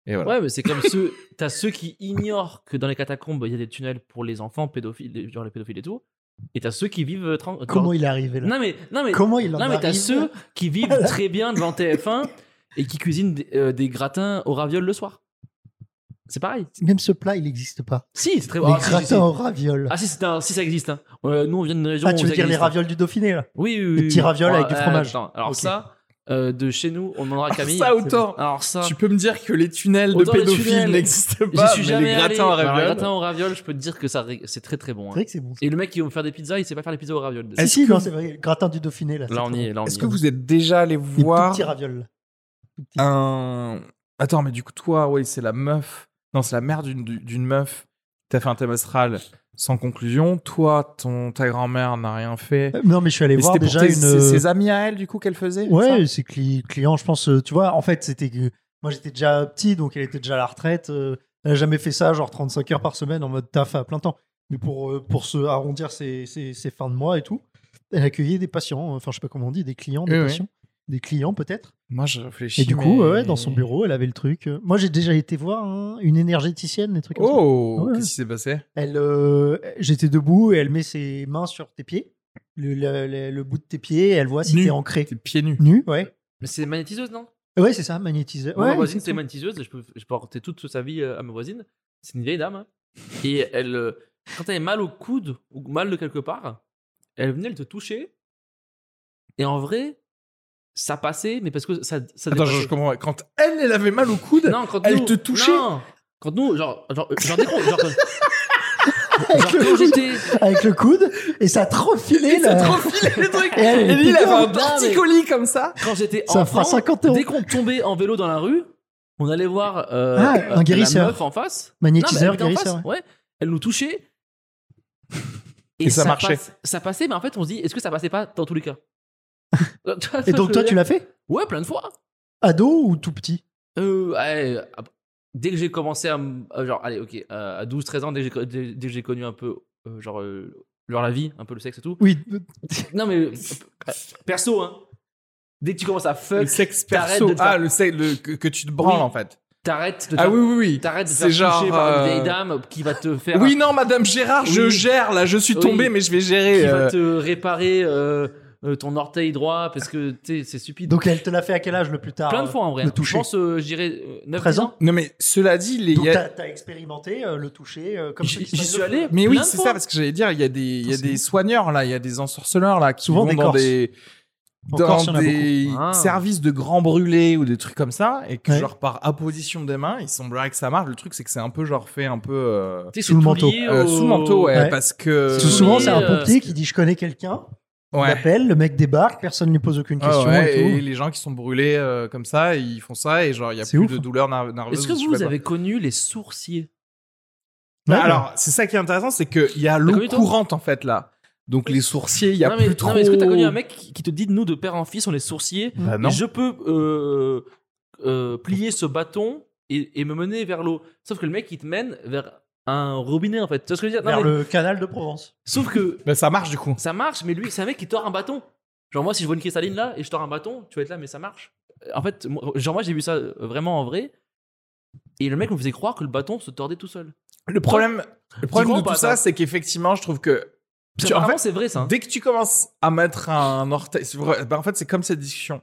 A: Et voilà.
C: Ouais, mais c'est comme ceux. T'as ceux qui ignorent que dans les catacombes, il y a des tunnels pour les enfants pédophiles, les- genre les pédophiles et tout. Et t'as ceux qui vivent. euh, tran-
B: Comment il est arrivé là
C: Non, mais. Non, mais
B: Comment il en
C: Non, mais t'as
B: arrive
C: ceux qui vivent très bien devant
B: <laughs>
C: TF1 et qui cuisinent des, euh, des gratins aux ravioles le soir. C'est pareil.
B: Même ce plat, il n'existe pas.
C: Si, c'est très
B: les
C: ah, si, si,
B: gratins
C: si.
B: aux ravioles.
C: Ah, si, c'est un- si, ça existe. hein. Euh, nous, on vient d'une région.
B: Ah,
C: où
B: tu veux
C: ça
B: dire les
C: existe.
B: ravioles du Dauphiné là
C: Oui, oui, oui.
B: Les petits
C: oui.
B: ravioles avec du
C: euh,
B: fromage.
C: attends, Alors,
B: Ok.
C: ça, euh, de chez nous, on
B: <laughs>
A: Ah,
C: demandera à Camille.
A: ça autant.
C: Alors, ça.
A: Tu peux me dire que les tunnels
C: Autant
A: de
C: les
A: pédophiles
C: tunnels.
A: n'existent
C: J'y
A: pas,
C: suis
A: mais les
C: jamais allé. Bah,
A: gratins à
C: Alors, Les
A: ravioles.
C: gratins aux ravioles, je peux te dire que ça, ré- c'est très très bon.
B: C'est
C: hein.
B: vrai que c'est bon. ça.
C: Et le mec qui veut me faire des pizzas, il sait pas faire les pizzas aux ravioles.
B: Si,
A: Est-ce
B: si,
A: que
B: non,
A: vous-
B: c'est vrai. Gratin du Dauphiné là.
C: Là, on y est. là, on y
A: Est-ce
C: est.
A: que vous êtes déjà allé
B: Voir.
A: voir
B: Petit ravioles. là. Tout petit.
C: Ah.
A: un. Attends, mais du coup, toi, oui, c'est la meuf. Non, c'est la mère d'une, du- d'une meuf T'as fait un thème astral sans conclusion. Toi, ton, ta grand-mère n'a rien fait.
B: Euh, Non, mais je suis allé
A: Mais
B: voir
A: c'était pour
B: déjà
A: tes- ses,
B: une.
A: ses amis à elle, du coup, qu'elle faisait ça
B: Ouais, c'est cli- client, je pense. euh, Tu vois, en fait, c'était que moi j'étais déjà petit, donc elle était déjà à la retraite. euh, elle a jamais fait ça, genre 35 heures par semaine en mode taf à plein temps. Mais pour, euh, pour se arrondir ses, ses- ses fins de mois et tout, elle accueillait des patients, enfin je sais pas comment on dit, des clients, des
A: Oui, oui.
B: patients, des clients peut-être.
A: Moi, je réfléchis.
B: Et du coup,
A: mais-
B: ouais, dans son bureau, elle avait le truc. Euh, Moi j'ai déjà été voir hein, une énergéticienne, des trucs comme ça.
A: Oh,
B: Ouais.
A: qu'est-ce qui s'est passé
B: Elle, euh, j'étais debout et elle met ses mains sur tes pieds, le, le- le- le bout de tes pieds, et elle voit si
A: Nu.
B: t'es ancré.
A: T'es pieds nus.
B: Nu, ouais.
C: Mais c'est magnétiseuse, non
B: Ouais, c'est ça, magnétiseur.
C: Moi,
B: Ouais,
C: ma voisine,
B: c'est
C: c'est
B: ça.
C: magnétiseuse. Je peux, je peux raconter toute sa vie euh, à ma voisine. C'est une vieille dame. hein. Et elle, euh, quand elle est mal au coude ou mal de quelque part, elle venait, elle te touchait. Et en vrai, ça passait, mais parce que ça. ça
A: Attends, je,
C: dépassait.
A: je comprends. pas. Quand elle, elle avait mal au coude,
C: Non, quand
A: Elle
C: nous-
A: te touchait
C: Non. Quand nous, genre, genre, euh, genre, des gros-
B: <laughs>
C: genre, quand- genre quand j'étais.
B: avec le coude et ça te refilait
A: ça
B: là.
A: te refilait le truc.
B: Et elle
A: Et lui, il
B: était
A: avait un
B: bien,
A: torticolis Ah, comme ça.
C: Quand j'étais
B: Ça
C: enfant,
B: fera 50 euros.
C: dès qu'on tombait en vélo dans la rue, on allait voir euh,
B: Ah,
C: euh,
B: un guérisseur.
C: la meuf en face. Non,
B: Magnétiseur,
C: mais elle était en
B: guérisseur.
C: face, ouais. Elle nous touchait.
A: Et ça marchait.
C: passe- ça passait, mais en fait, on se dit, est-ce que ça passait pas dans tous les
A: <laughs>
C: cas <laughs>
B: Et donc toi, tu l'as fait
C: Ouais, plein de fois.
B: Ado ou tout petit
C: Euh, ouais, ap- dès que j'ai commencé à. m- euh, Genre, allez, ok, euh, à 12-13 ans, dès que j'ai co- dès- dès que j'ai connu un peu, euh, genre, euh, genre la vie, un peu le sexe et
A: <laughs>
C: tout.
B: Oui.
C: Non, mais euh, perso, hein. Dès que tu commences à
A: Le
C: fuck,
A: sexe
C: t'arrêtes
A: perso.
C: de le faire.
A: ah, le sexe le- que, que tu te branles
C: Oui.
A: en fait.
C: t'arrêtes de
A: Ah
C: faire-
A: oui, oui, oui.
C: T'arrêtes de
A: C'est
C: faire
A: genre,
C: toucher par
A: euh,
C: une vieille dame qui va te faire.
A: Oui, non, Madame Gérard, je
C: Oui.
A: gère là, je suis
C: Oui.
A: tombé, mais je vais
C: qui
A: gérer.
C: va
A: euh,
C: te réparer euh, euh, ton orteil droit parce que tu sais, c'est stupide.
B: Donc elle te l'a fait à quel âge le plus tard
C: plein de fois en vrai.
B: le
C: hein.
B: toucher.
C: Je pense, euh, je dirais euh, 9
B: 13
C: ans.
A: Non, mais cela dit, les
B: Donc
A: y a-
B: t'as t'as expérimenté euh, le toucher euh, comme
C: J'y
B: ceux qui se
C: j'y
B: passent
C: suis
B: le-
C: allé.
A: Mais
C: plein
A: oui,
C: de
A: c'est
C: fois.
A: ça, parce que j'allais dire, il y a des, il y a
B: Putain,
A: des
B: c'est-
A: soigneurs, là, il y a des ensorceleurs, là, qui
B: Souvent
A: vont
B: des
A: dans
B: Corses.
A: des,
B: En
A: dans
B: Corse, il y en a
A: des
C: beaucoup. Ah.
A: services de grands brûlés ou des trucs comme ça, et que,
B: Ouais.
A: genre, par apposition des mains, il semblerait que ça marche. Le truc, c'est que c'est un peu, genre, fait un peu euh,
C: Tu sais,
B: Sous le
C: c'est tout
B: manteau.
C: lié
A: euh,
C: au-
A: sous manteau, ouais,
B: Ouais.
A: parce que.
C: C'est
B: Tout souvent, c'est un
C: Oh. euh,
B: pompier qui dit je connais quelqu'un, il
A: Ouais.
B: appelle, le mec débarque, personne ne lui pose aucune
A: Ouais,
B: question
A: ouais,
B: et tout.
A: et, les gens qui sont brûlés euh, comme ça, ils font ça, et genre, il y a
B: C'est
A: plus
B: ouf.
A: de douleur nar- nerveuse.
C: <laughs> Est-ce que
A: ou je sais
C: vous
A: pas quoi.
C: avez connu les sourciers
A: Bah,
B: Ouais,
A: alors, c'est ça qui est intéressant, c'est qu'il y a l'eau
C: connu, toi
A: courante, en fait, là. Donc, les sourciers, il y a
C: non, mais,
A: plus
C: non,
A: trop.
C: mais est-ce que t'as connu un mec qui qui te dit nous de père en fils on est sourciers
A: Bah,
C: et
A: non.
C: Je peux euh, euh, plier ce bâton et, et me mener vers l'eau. Sauf que le mec il te mène vers un robinet en fait. Tu vois ce que je veux dire Non,
B: vers
C: mais-
B: le canal de Provence.
C: Sauf que
A: Bah, ça marche, du coup.
C: ça marche, mais lui, c'est un mec qui tord un bâton. Genre, moi, si je vois une cristalline là et je tords un bâton, tu vas être là, mais ça marche. Euh, En fait, moi- genre, moi, j'ai vu ça euh, vraiment en vrai. Et le mec me faisait croire que le bâton se tordait tout seul.
A: Le problème, le
C: Tu
A: problème
C: crois
A: de
C: pas,
A: tout ça,
C: toi
A: c'est qu'effectivement, je trouve que
C: Ça,
A: Tu- en
C: apparemment,
A: fait,
C: c'est vrai, ça. hein.
A: dès que tu commences à mettre un orteil, c'est vrai, bah, en fait, c'est comme cette discussion.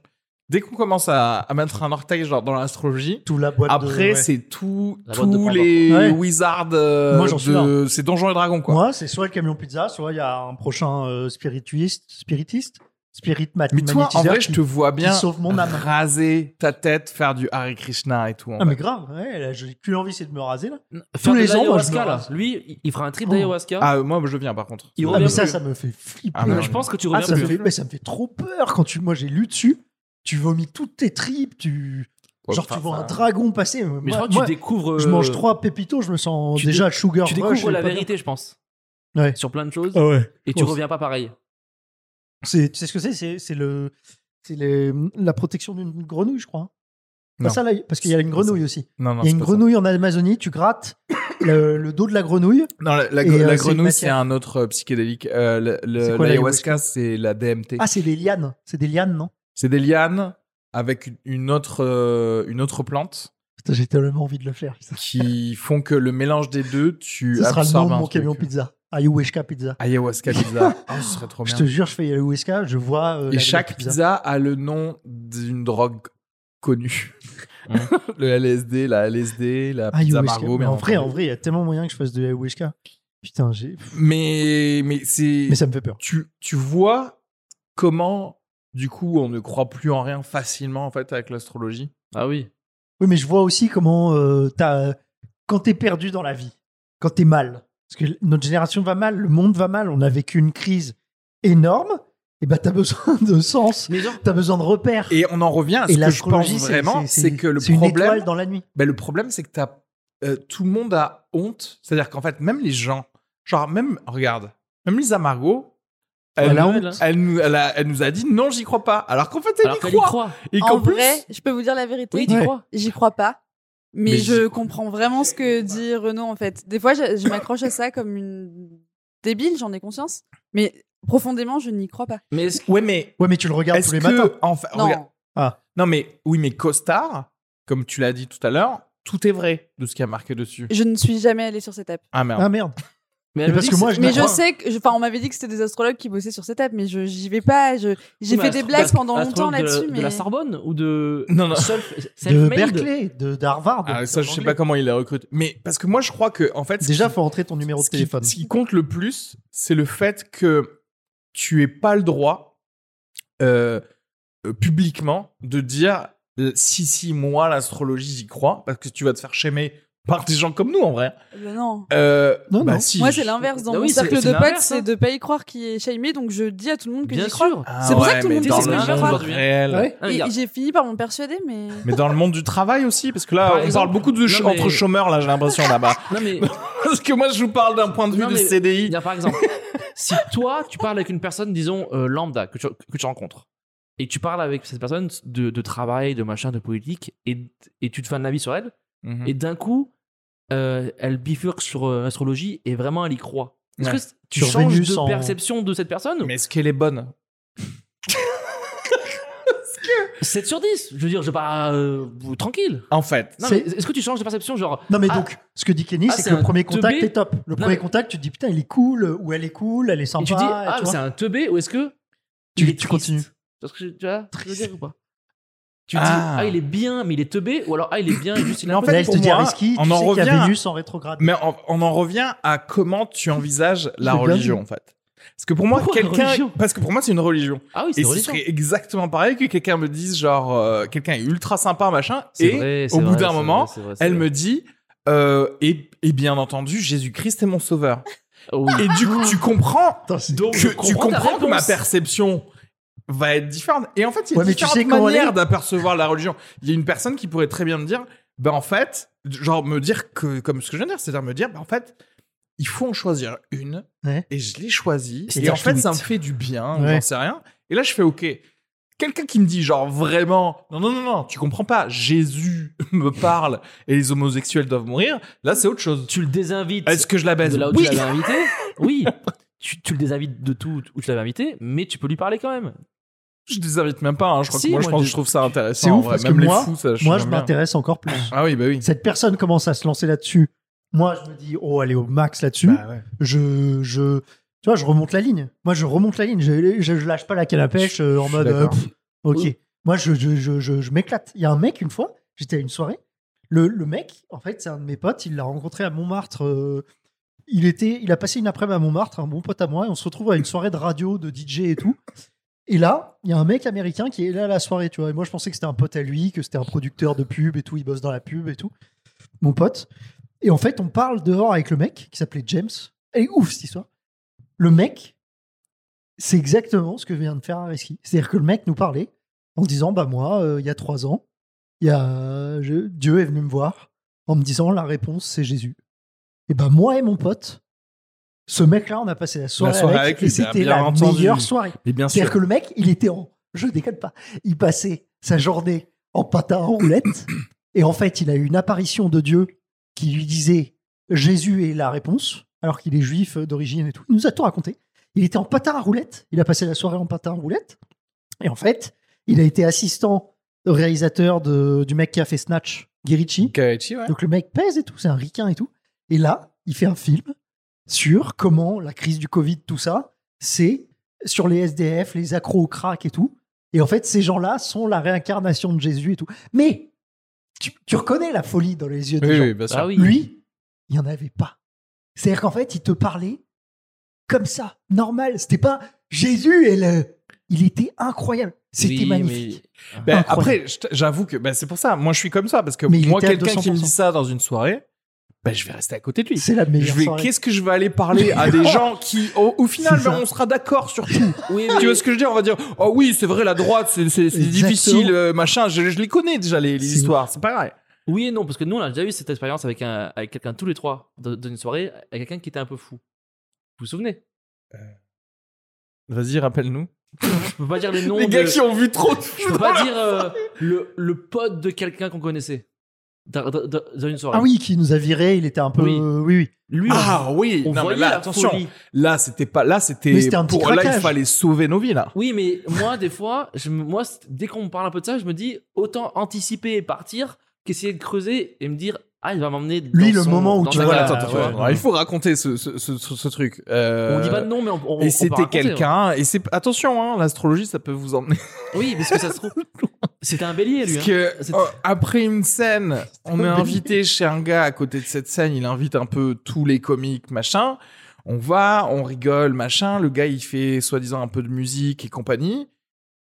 A: Dès qu'on commence à, à mettre un orteil genre dans l'astrologie,
B: Tout la boîte de-
A: après
B: ouais.
A: c'est tout,
C: La boîte de
A: tous
C: Pandore.
A: les
B: Ouais.
A: wizards euh,
B: Moi, j'en suis
A: de, c'est Donjons et Dragons quoi.
B: Moi, c'est soit le camion pizza, soit il y a un prochain euh, spirituiste, spiritiste, spirit mat-
A: Mais toi, en
B: magnétiseur
A: vrai,
B: qui-
A: je te vois bien Ah,
B: sauve mon
A: <laughs>
B: âme.
A: raser ta tête, faire du Hare Krishna et tout. en
B: Ah, mais
A: fait.
B: grave, ouais, là, j'ai qu'une envie, c'est de me raser là.
C: Faire
B: tous
C: de
B: les ans, moi, je
C: l'ayahuasca,
B: me
C: là.
B: rase.
C: Lui, il- il fera un trip
B: Oh.
C: d'ayahuasca.
A: Ah, euh, moi, je viens par contre.
C: Il
A: Euh,
B: Ah, mais
C: revient
B: ça,
C: plus.
B: ça me fait flipper.
A: Ah, mais
C: je pense que tu
B: Ah,
C: reviens
B: ça, me
C: plus.
B: fait, mais ça me fait trop peur quand tu. Moi, j'ai lu dessus. Tu vomis toutes tes tripes. Tu
A: ouais,
B: genre, tu
A: enfin,
B: vois un
A: ça-
B: dragon passer. Moi,
C: Mais je crois que
B: moi,
C: tu découvres. euh,
B: je mange trois pépitos. Je me sens
C: tu
B: déjà sugar.
C: Tu
B: rush,
C: découvres
B: et
C: la
B: pas
C: vérité, je pense.
B: bien. Ouais.
C: Sur plein de choses.
B: Ah ouais.
C: Et
B: je
C: tu
B: pense.
C: reviens pas pareil.
B: C'est- Tu sais ce que c'est C'est c'est le. C'est les- la protection d'une grenouille, je crois. Pas
A: Non.
B: ça, là, parce qu'il y a une
A: C'est pas
B: grenouille aussi.
A: Non, non,
B: Il y a
A: c'est
B: une
A: pas ça.
B: grenouille en Amazonie, tu grattes <coughs> le, le dos de la grenouille.
A: Non, la, la-
B: Et, euh,
A: la
B: c'est une
A: grenouille,
B: matière.
A: c'est un autre euh, psychédélique. Euh, le- le-
B: C'est quoi,
A: L'ayahuasca, c'est la DMT.
B: Ah, c'est des lianes. C'est des lianes, non
A: C'est des lianes avec une- une autre, euh, une autre plante
B: Putain, J'ai tellement envie de le faire. Ça, <laughs>
A: qui font que le mélange des deux, tu
B: Ce sera le nom
A: absorbes
B: de
A: un
B: mon
A: truc.
B: camion pizza. Ayahuasca pizza.
A: Ayahuasca
B: <laughs>
A: pizza. oh, ce serait trop
B: Je
A: bien.
B: te jure, je fais ayahuasca, je vois. euh, la-
A: Et
B: la
A: chaque pizza a le nom d'une drogue connue. <laughs> le LSD, la LSD, la pizza
B: Mmh. Ayahuasca.
A: Margot.
B: mais
A: bien
B: en vrai, en
A: entendu.
B: vrai, il y a tellement moyen que je fasse de ayahuasca. Putain, j'ai.
A: Mais, mais c'est.
B: Mais ça me fait peur.
A: tu, tu vois comment, du coup, on ne croit plus en rien facilement, en fait, avec l'astrologie.
C: Ah oui.
B: Oui, mais je vois aussi comment euh, t'as- quand t'es perdu dans la vie, quand t'es mal, parce que notre génération va mal, le monde va mal, on a vécu une crise énorme, et bah t'as besoin de sens,
C: Mais genre,
B: t'as besoin de repères.
A: Et on en revient à Ah, ce que je pense
B: l'astrologie, c'est-
A: vraiment,
B: c'est-
A: c'est que le
B: c'est une étoile
A: Bah, problème,
B: dans la nuit.
A: ben, le problème, c'est que t'as euh, tout le monde a honte. C'est-à-dire qu'en fait, même les gens, genre, même, regarde, même Lisa Margot, elle,
C: Elle a
A: nous-
C: honte.
A: elle nous, elle a- elle nous a dit non, j'y crois pas. Alors qu'en fait, elle
C: Alors
A: y
C: qu'elle y
A: croit.
C: croit.
A: Et
D: En
A: qu'en plus,
D: vrai, je peux vous dire la vérité.
C: Oui, tu
B: Ouais.
C: crois.
D: J'y crois pas. Mais,
A: Mais j'y
D: je
A: crois.
D: comprends vraiment ce que dit Renaud en fait. Des fois, je, je m'accroche à ça comme une débile, j'en ai conscience. Mais profondément, je n'y crois pas.
C: Mais est-ce que-
A: ouais, mais
B: Ouais, mais tu le regardes tous
A: est-ce
B: les
A: que,
B: matins.
A: enfin,
C: Ah,
D: Non,
A: regarde- non, mais oui, mais costard, comme tu l'as dit tout à l'heure, tout est vrai de ce qui a marqué dessus.
D: je ne suis jamais allée sur cette app.
A: Ah merde.
B: Ah merde.
C: mais
B: Mais
C: elle me
B: parce
C: dit
B: que moi,
C: c'est-
B: je
D: Mais
B: la
D: je
B: crois.
D: sais que, je- enfin, on m'avait dit que c'était des astrologues qui bossaient sur cette app, mais je j'y vais pas. je- J'ai
C: Mais
D: fait des
C: Bah, astro-
D: blagues
C: astro-
D: pendant longtemps
C: astrologue de-
D: là-dessus, mais
C: De la Sorbonne ou de.
A: Non, non.
C: Self-
B: De
C: self-made
B: Berkeley, de d'Harvard.
A: Ah, ça,
B: en
A: je sais
B: anglais.
A: pas comment il la recrute. Mais parce que moi, je crois que, en fait, ce
B: Déjà,
A: qui-
B: faut entrer ton numéro de
A: ce qui-
B: téléphone.
A: Ce qui compte le plus, c'est le fait que tu n'aies pas le droit, euh, euh, publiquement, de dire euh, si, si, moi, l'astrologie, j'y crois, parce que tu vas te faire chémer par des gens comme nous, en vrai.
D: Euh, non.
A: Euh,
B: Non,
A: bah,
B: non.
A: si,
D: Moi,
A: je-
D: c'est l'inverse. Dans
C: Ah
D: mon
C: oui, c'est-
D: cercle
C: c'est
D: de potes,
C: l'inverse, hein.
D: c'est de pas y croire qui est shamé, donc je dis à tout le monde que
C: Bien
D: j'y crois.
C: sûr.
A: Ah
D: C'est pour ça que
A: ouais,
D: tout le
A: mais
D: monde
A: dans
D: dit que
A: le
D: je crois.
A: monde réel.
B: Ouais.
C: Ah,
D: Et
C: regarde.
D: j'ai fini par m'en persuader, mais.
A: Mais dans le monde du travail aussi, parce que là,
C: Par
A: on
C: exemple-
A: parle beaucoup de ch-
C: Non, mais-
A: entre chômeurs, là, j'ai l'impression, là-bas. <laughs>
C: Non,
D: <laughs>
C: mais
A: parce que moi, je vous parle d'un point de vue
C: Non,
A: de
C: mais-
A: CDI.
C: Là, par exemple, si toi, tu parles avec une personne, disons, euh, lambda, que tu, que tu rencontres, et tu parles avec cette personne de, de travail, de machin, de politique, et, et tu te fais un avis sur elle,
D: Mm.
A: Mhm.
C: et d'un coup, euh, elle bifurque sur euh, l'astrologie, et vraiment, elle y croit. Est-ce
A: Ouais.
C: que c- tu
B: Sur
C: changes
B: Vénus
C: de
B: en-
C: perception de cette personne ou-
A: Mais est-ce qu'elle est bonne
C: 7 sur 10 Je veux dire, je vais pas... euh, vous- tranquille
A: En fait,
C: non, mais
B: C'est-
C: est-ce que tu changes de perception genre
B: Non, mais
C: Ah.
B: donc, ce que dit Kenny,
C: Ah,
B: c'est
C: c'est
B: que le
C: un
B: premier contact
C: teubé.
B: est top. Le
C: Non,
B: premier
C: mais-
B: contact, tu te dis putain, il est cool, ou elle est cool, elle est sympa.
C: et tu dis ah mais
B: tu vois.
C: c'est un teubé ou est-ce que il
B: Tu-
C: est
B: tu
C: triste
B: continues.
C: Tu vois ce que je- tu vois ce que je veux dire ou pas Tu
A: Ah.
C: dis ah il est bien mais il est teubé ou alors ah il est bien
A: <coughs>
C: juste il est
A: Mais en
C: un peu-
A: fait,
B: Là, il
A: pour
B: te dit
A: moi,
B: Ariski,
A: on
B: tu
A: en
B: sais qu'il y
A: revient-
B: a Vénus en rétrograde.
A: Mais on, on en revient à comment tu envisages la
B: C'est bien
A: religion,
B: dit.
A: en fait. Parce que pour moi,
C: Pourquoi la
A: quelqu'un.
C: religion
A: Parce que pour moi, c'est une religion.
C: ah oui c'est
A: Et ce
C: religieux.
A: serait exactement pareil que quelqu'un me dise, genre, euh, quelqu'un est ultra sympa, machin.
C: C'est
A: Et
C: vrai, c'est
A: au bout
C: vrai,
A: d'un
C: c'est
A: moment,
C: vrai, c'est vrai, c'est
A: elle
C: vrai.
A: me dit, euh, et, et bien entendu, Jésus-Christ est mon sauveur.
C: Ah
A: <coughs>
C: oui.
A: Et du coup, tu comprends
B: Putain, c'est-
C: Donc, je
A: que, tu
C: comprends ta
A: comprends que
C: réponse.
A: ma perception va être différente. Et en fait, il y a
B: Ouais, mais tu
A: différentes
B: sais comment elle
A: manières
B: est.
A: d'apercevoir la religion. Il y a une personne qui pourrait très bien me dire, ben en fait, genre me dire que, comme ce que je viens de dire, c'est-à-dire me dire, ben en fait, il faut en choisir une,
B: Ouais.
A: et je l'ai choisie,
B: C'est
A: et en
B: Dark
A: fait,
B: Knight.
A: ça me fait du bien, ou
B: Ouais.
A: j'en sais rien. Et là, je fais, ok, quelqu'un qui me dit, genre vraiment, non, non, non, non, tu comprends pas, Jésus <laughs> me parle, et les homosexuels doivent mourir, là, c'est autre chose.
C: tu le désinvites
A: Est-ce que je la baise
C: de là où
A: Oui.
C: tu l'avais invité
A: <coughs>
C: oui tu, tu le désinvites de tout où tu l'avais invité mais tu peux lui parler quand même
A: Je les invite même pas, hein. je crois
C: Si,
A: que moi, je
C: moi,
A: pense que
C: je-
A: je trouve ça intéressant.
B: C'est
A: en
B: ouf
A: vrai.
B: parce que
A: même les
B: moi-
A: fous, ça, je
B: Moi, je
A: trouve bien.
B: m'intéresse encore plus.
A: Ah oui, bah oui.
B: Cette personne commence à se lancer là-dessus. Moi, je me dis oh, elle est au max là-dessus.
A: Bah,
B: je, je, tu vois, je remonte la ligne. Moi, je remonte la ligne. Je, je, je lâche pas la canne à pêche euh, en
A: Je suis
B: mode, euh,
A: d'accord.
B: pff, ok.
C: Oui.
B: Moi, je, je, je, je, je m'éclate. Il y a un mec une fois, j'étais à une soirée. Le, le mec, en fait, c'est un de mes potes. Il l'a rencontré à Montmartre. euh, il était, il a passé une après-midi à Montmartre, un bon pote à moi, et on se retrouve à une soirée de radio, de DJ et tout. Et là, il y a un mec américain qui est là à la soirée, tu vois. Et moi, je pensais que c'était un pote à lui, que c'était un producteur de pub et tout. Il bosse dans la pub et tout. Mon pote. Et en fait, on parle dehors avec le mec qui s'appelait James. Elle est ouf cette histoire. Le mec, c'est exactement ce que vient de faire Areski. C'est-à-dire que le mec nous parlait en disant Bah, moi, euh, il y a trois ans, il y a, je- Dieu est venu me voir en me disant La réponse, c'est Jésus. Et ben, moi et mon pote, ce mec-là, on a passé la soirée,
A: soirée avec
B: avec,
A: lui,
B: et
A: bien-
B: c'était
A: bien
B: la
A: entendu.
B: meilleure soirée.
A: Mais bien sûr.
B: C'est-à-dire que le mec, il était en. Je décale pas. Il passait sa journée en patin en roulette. et en fait, il a eu une apparition de Dieu qui lui disait Jésus est la réponse, alors qu'il est juif euh, d'origine et tout. Il nous a tout raconté. Il était en patin à roulette. Il a passé la soirée en patin à roulette. Et en fait, il a été assistant réalisateur de, du mec qui a fait Snatch, Girichi.
A: Kaichi, ouais.
B: Donc le mec pèse et tout, c'est un ricain et tout. Et là, il fait un film sur comment la crise du Covid, tout ça, c'est sur les SDF, les accros au crack et tout. Et en fait, ces gens-là sont la réincarnation de Jésus et tout. Mais tu, tu reconnais la folie dans les yeux des
A: Oui,
B: gens.
A: oui, bien sûr.
C: ah oui
B: Lui, il n'y en avait pas. C'est-à-dire qu'en fait, il te parlait comme ça, normal. C'était pas Jésus et le... Il était incroyable. C'était
C: Oui, mais-
B: magnifique.
A: Ben,
B: Incroyable.
A: après, je t- j'avoue que ben, c'est pour ça. Moi, je suis comme ça parce que
B: Mais il
A: moi,
B: était à
A: quelqu'un qui me
B: 200%.
A: dit ça dans une soirée, ben, je vais rester à côté de lui.
B: C'est la
A: Je
B: meilleure
A: vais,
B: soirée.
A: qu'est-ce que je vais aller parler à des gens qui, au, au final,
B: C'est
A: ben,
B: ça.
A: on sera d'accord sur tout.
C: oui
A: <coughs> tu vois ce que je veux dire On va dire, oh oui, c'est vrai, la droite, c'est c'est- c'est
B: Exactement.
A: difficile, euh, machin. Je, je les connais déjà les, les
B: C'est
A: histoires. C'est pas grave.
C: Oui et non, parce que nous, on a déjà eu cette expérience avec, un- avec quelqu'un tous les trois dans dans une soirée, avec quelqu'un qui était un peu fou. Vous vous souvenez
A: Vas-y, rappelle-nous.
C: Je peux pas
A: <coughs>
C: dire les noms.
A: Les
C: de-
A: gars qui ont vu trop de
C: Je peux pas dire euh, le, le pote de quelqu'un qu'on connaissait dans, dans- dans- dans une soirée.
B: Ah oui, qui nous a viré, il était un peu.
C: Oui.
B: oui. oui.
C: Lui, on-
A: Ah oui,
C: on,
A: non, mais
C: voyait
A: là,
C: la
A: attention.
C: folie.
A: Là, c'était pas. Là,
B: Mais
A: c'était.
B: c'était un petit
A: Pour là, il
B: craquage.
A: fallait sauver nos vies là.
C: Oui, mais moi, des fois, je, me- moi, c'est- dès qu'on me parle un peu de ça, je me dis autant anticiper et partir qu'essayer de creuser et me dire ah, il va m'emmener. dans
B: Lui, le
C: son-
B: moment où
C: dans
B: tu
C: sa
B: vois,
C: cave,
B: attends, attends,
C: tu vois.
B: ouais.
A: Alors, il faut raconter ce, ce- ce- ce- ce truc. Euh,
C: On dit pas de nom, mais on. on- on
A: Et
C: peut
A: c'était
C: raconter, hein.
A: quelqu'un. Et c'est attention, hein, l'astrologie, ça peut vous emmener.
C: ouais. hein. Oui, parce que ça se trouve. C'était un bélier, lui.
A: Parce
C: hein.
A: que
C: C'est-
A: oh, après une scène, on est
B: horrible.
A: invité chez un gars à côté de cette scène, il invite un peu tous les comiques, machin. On va, on rigole, machin. Le gars, il fait soi-disant un peu de musique et compagnie.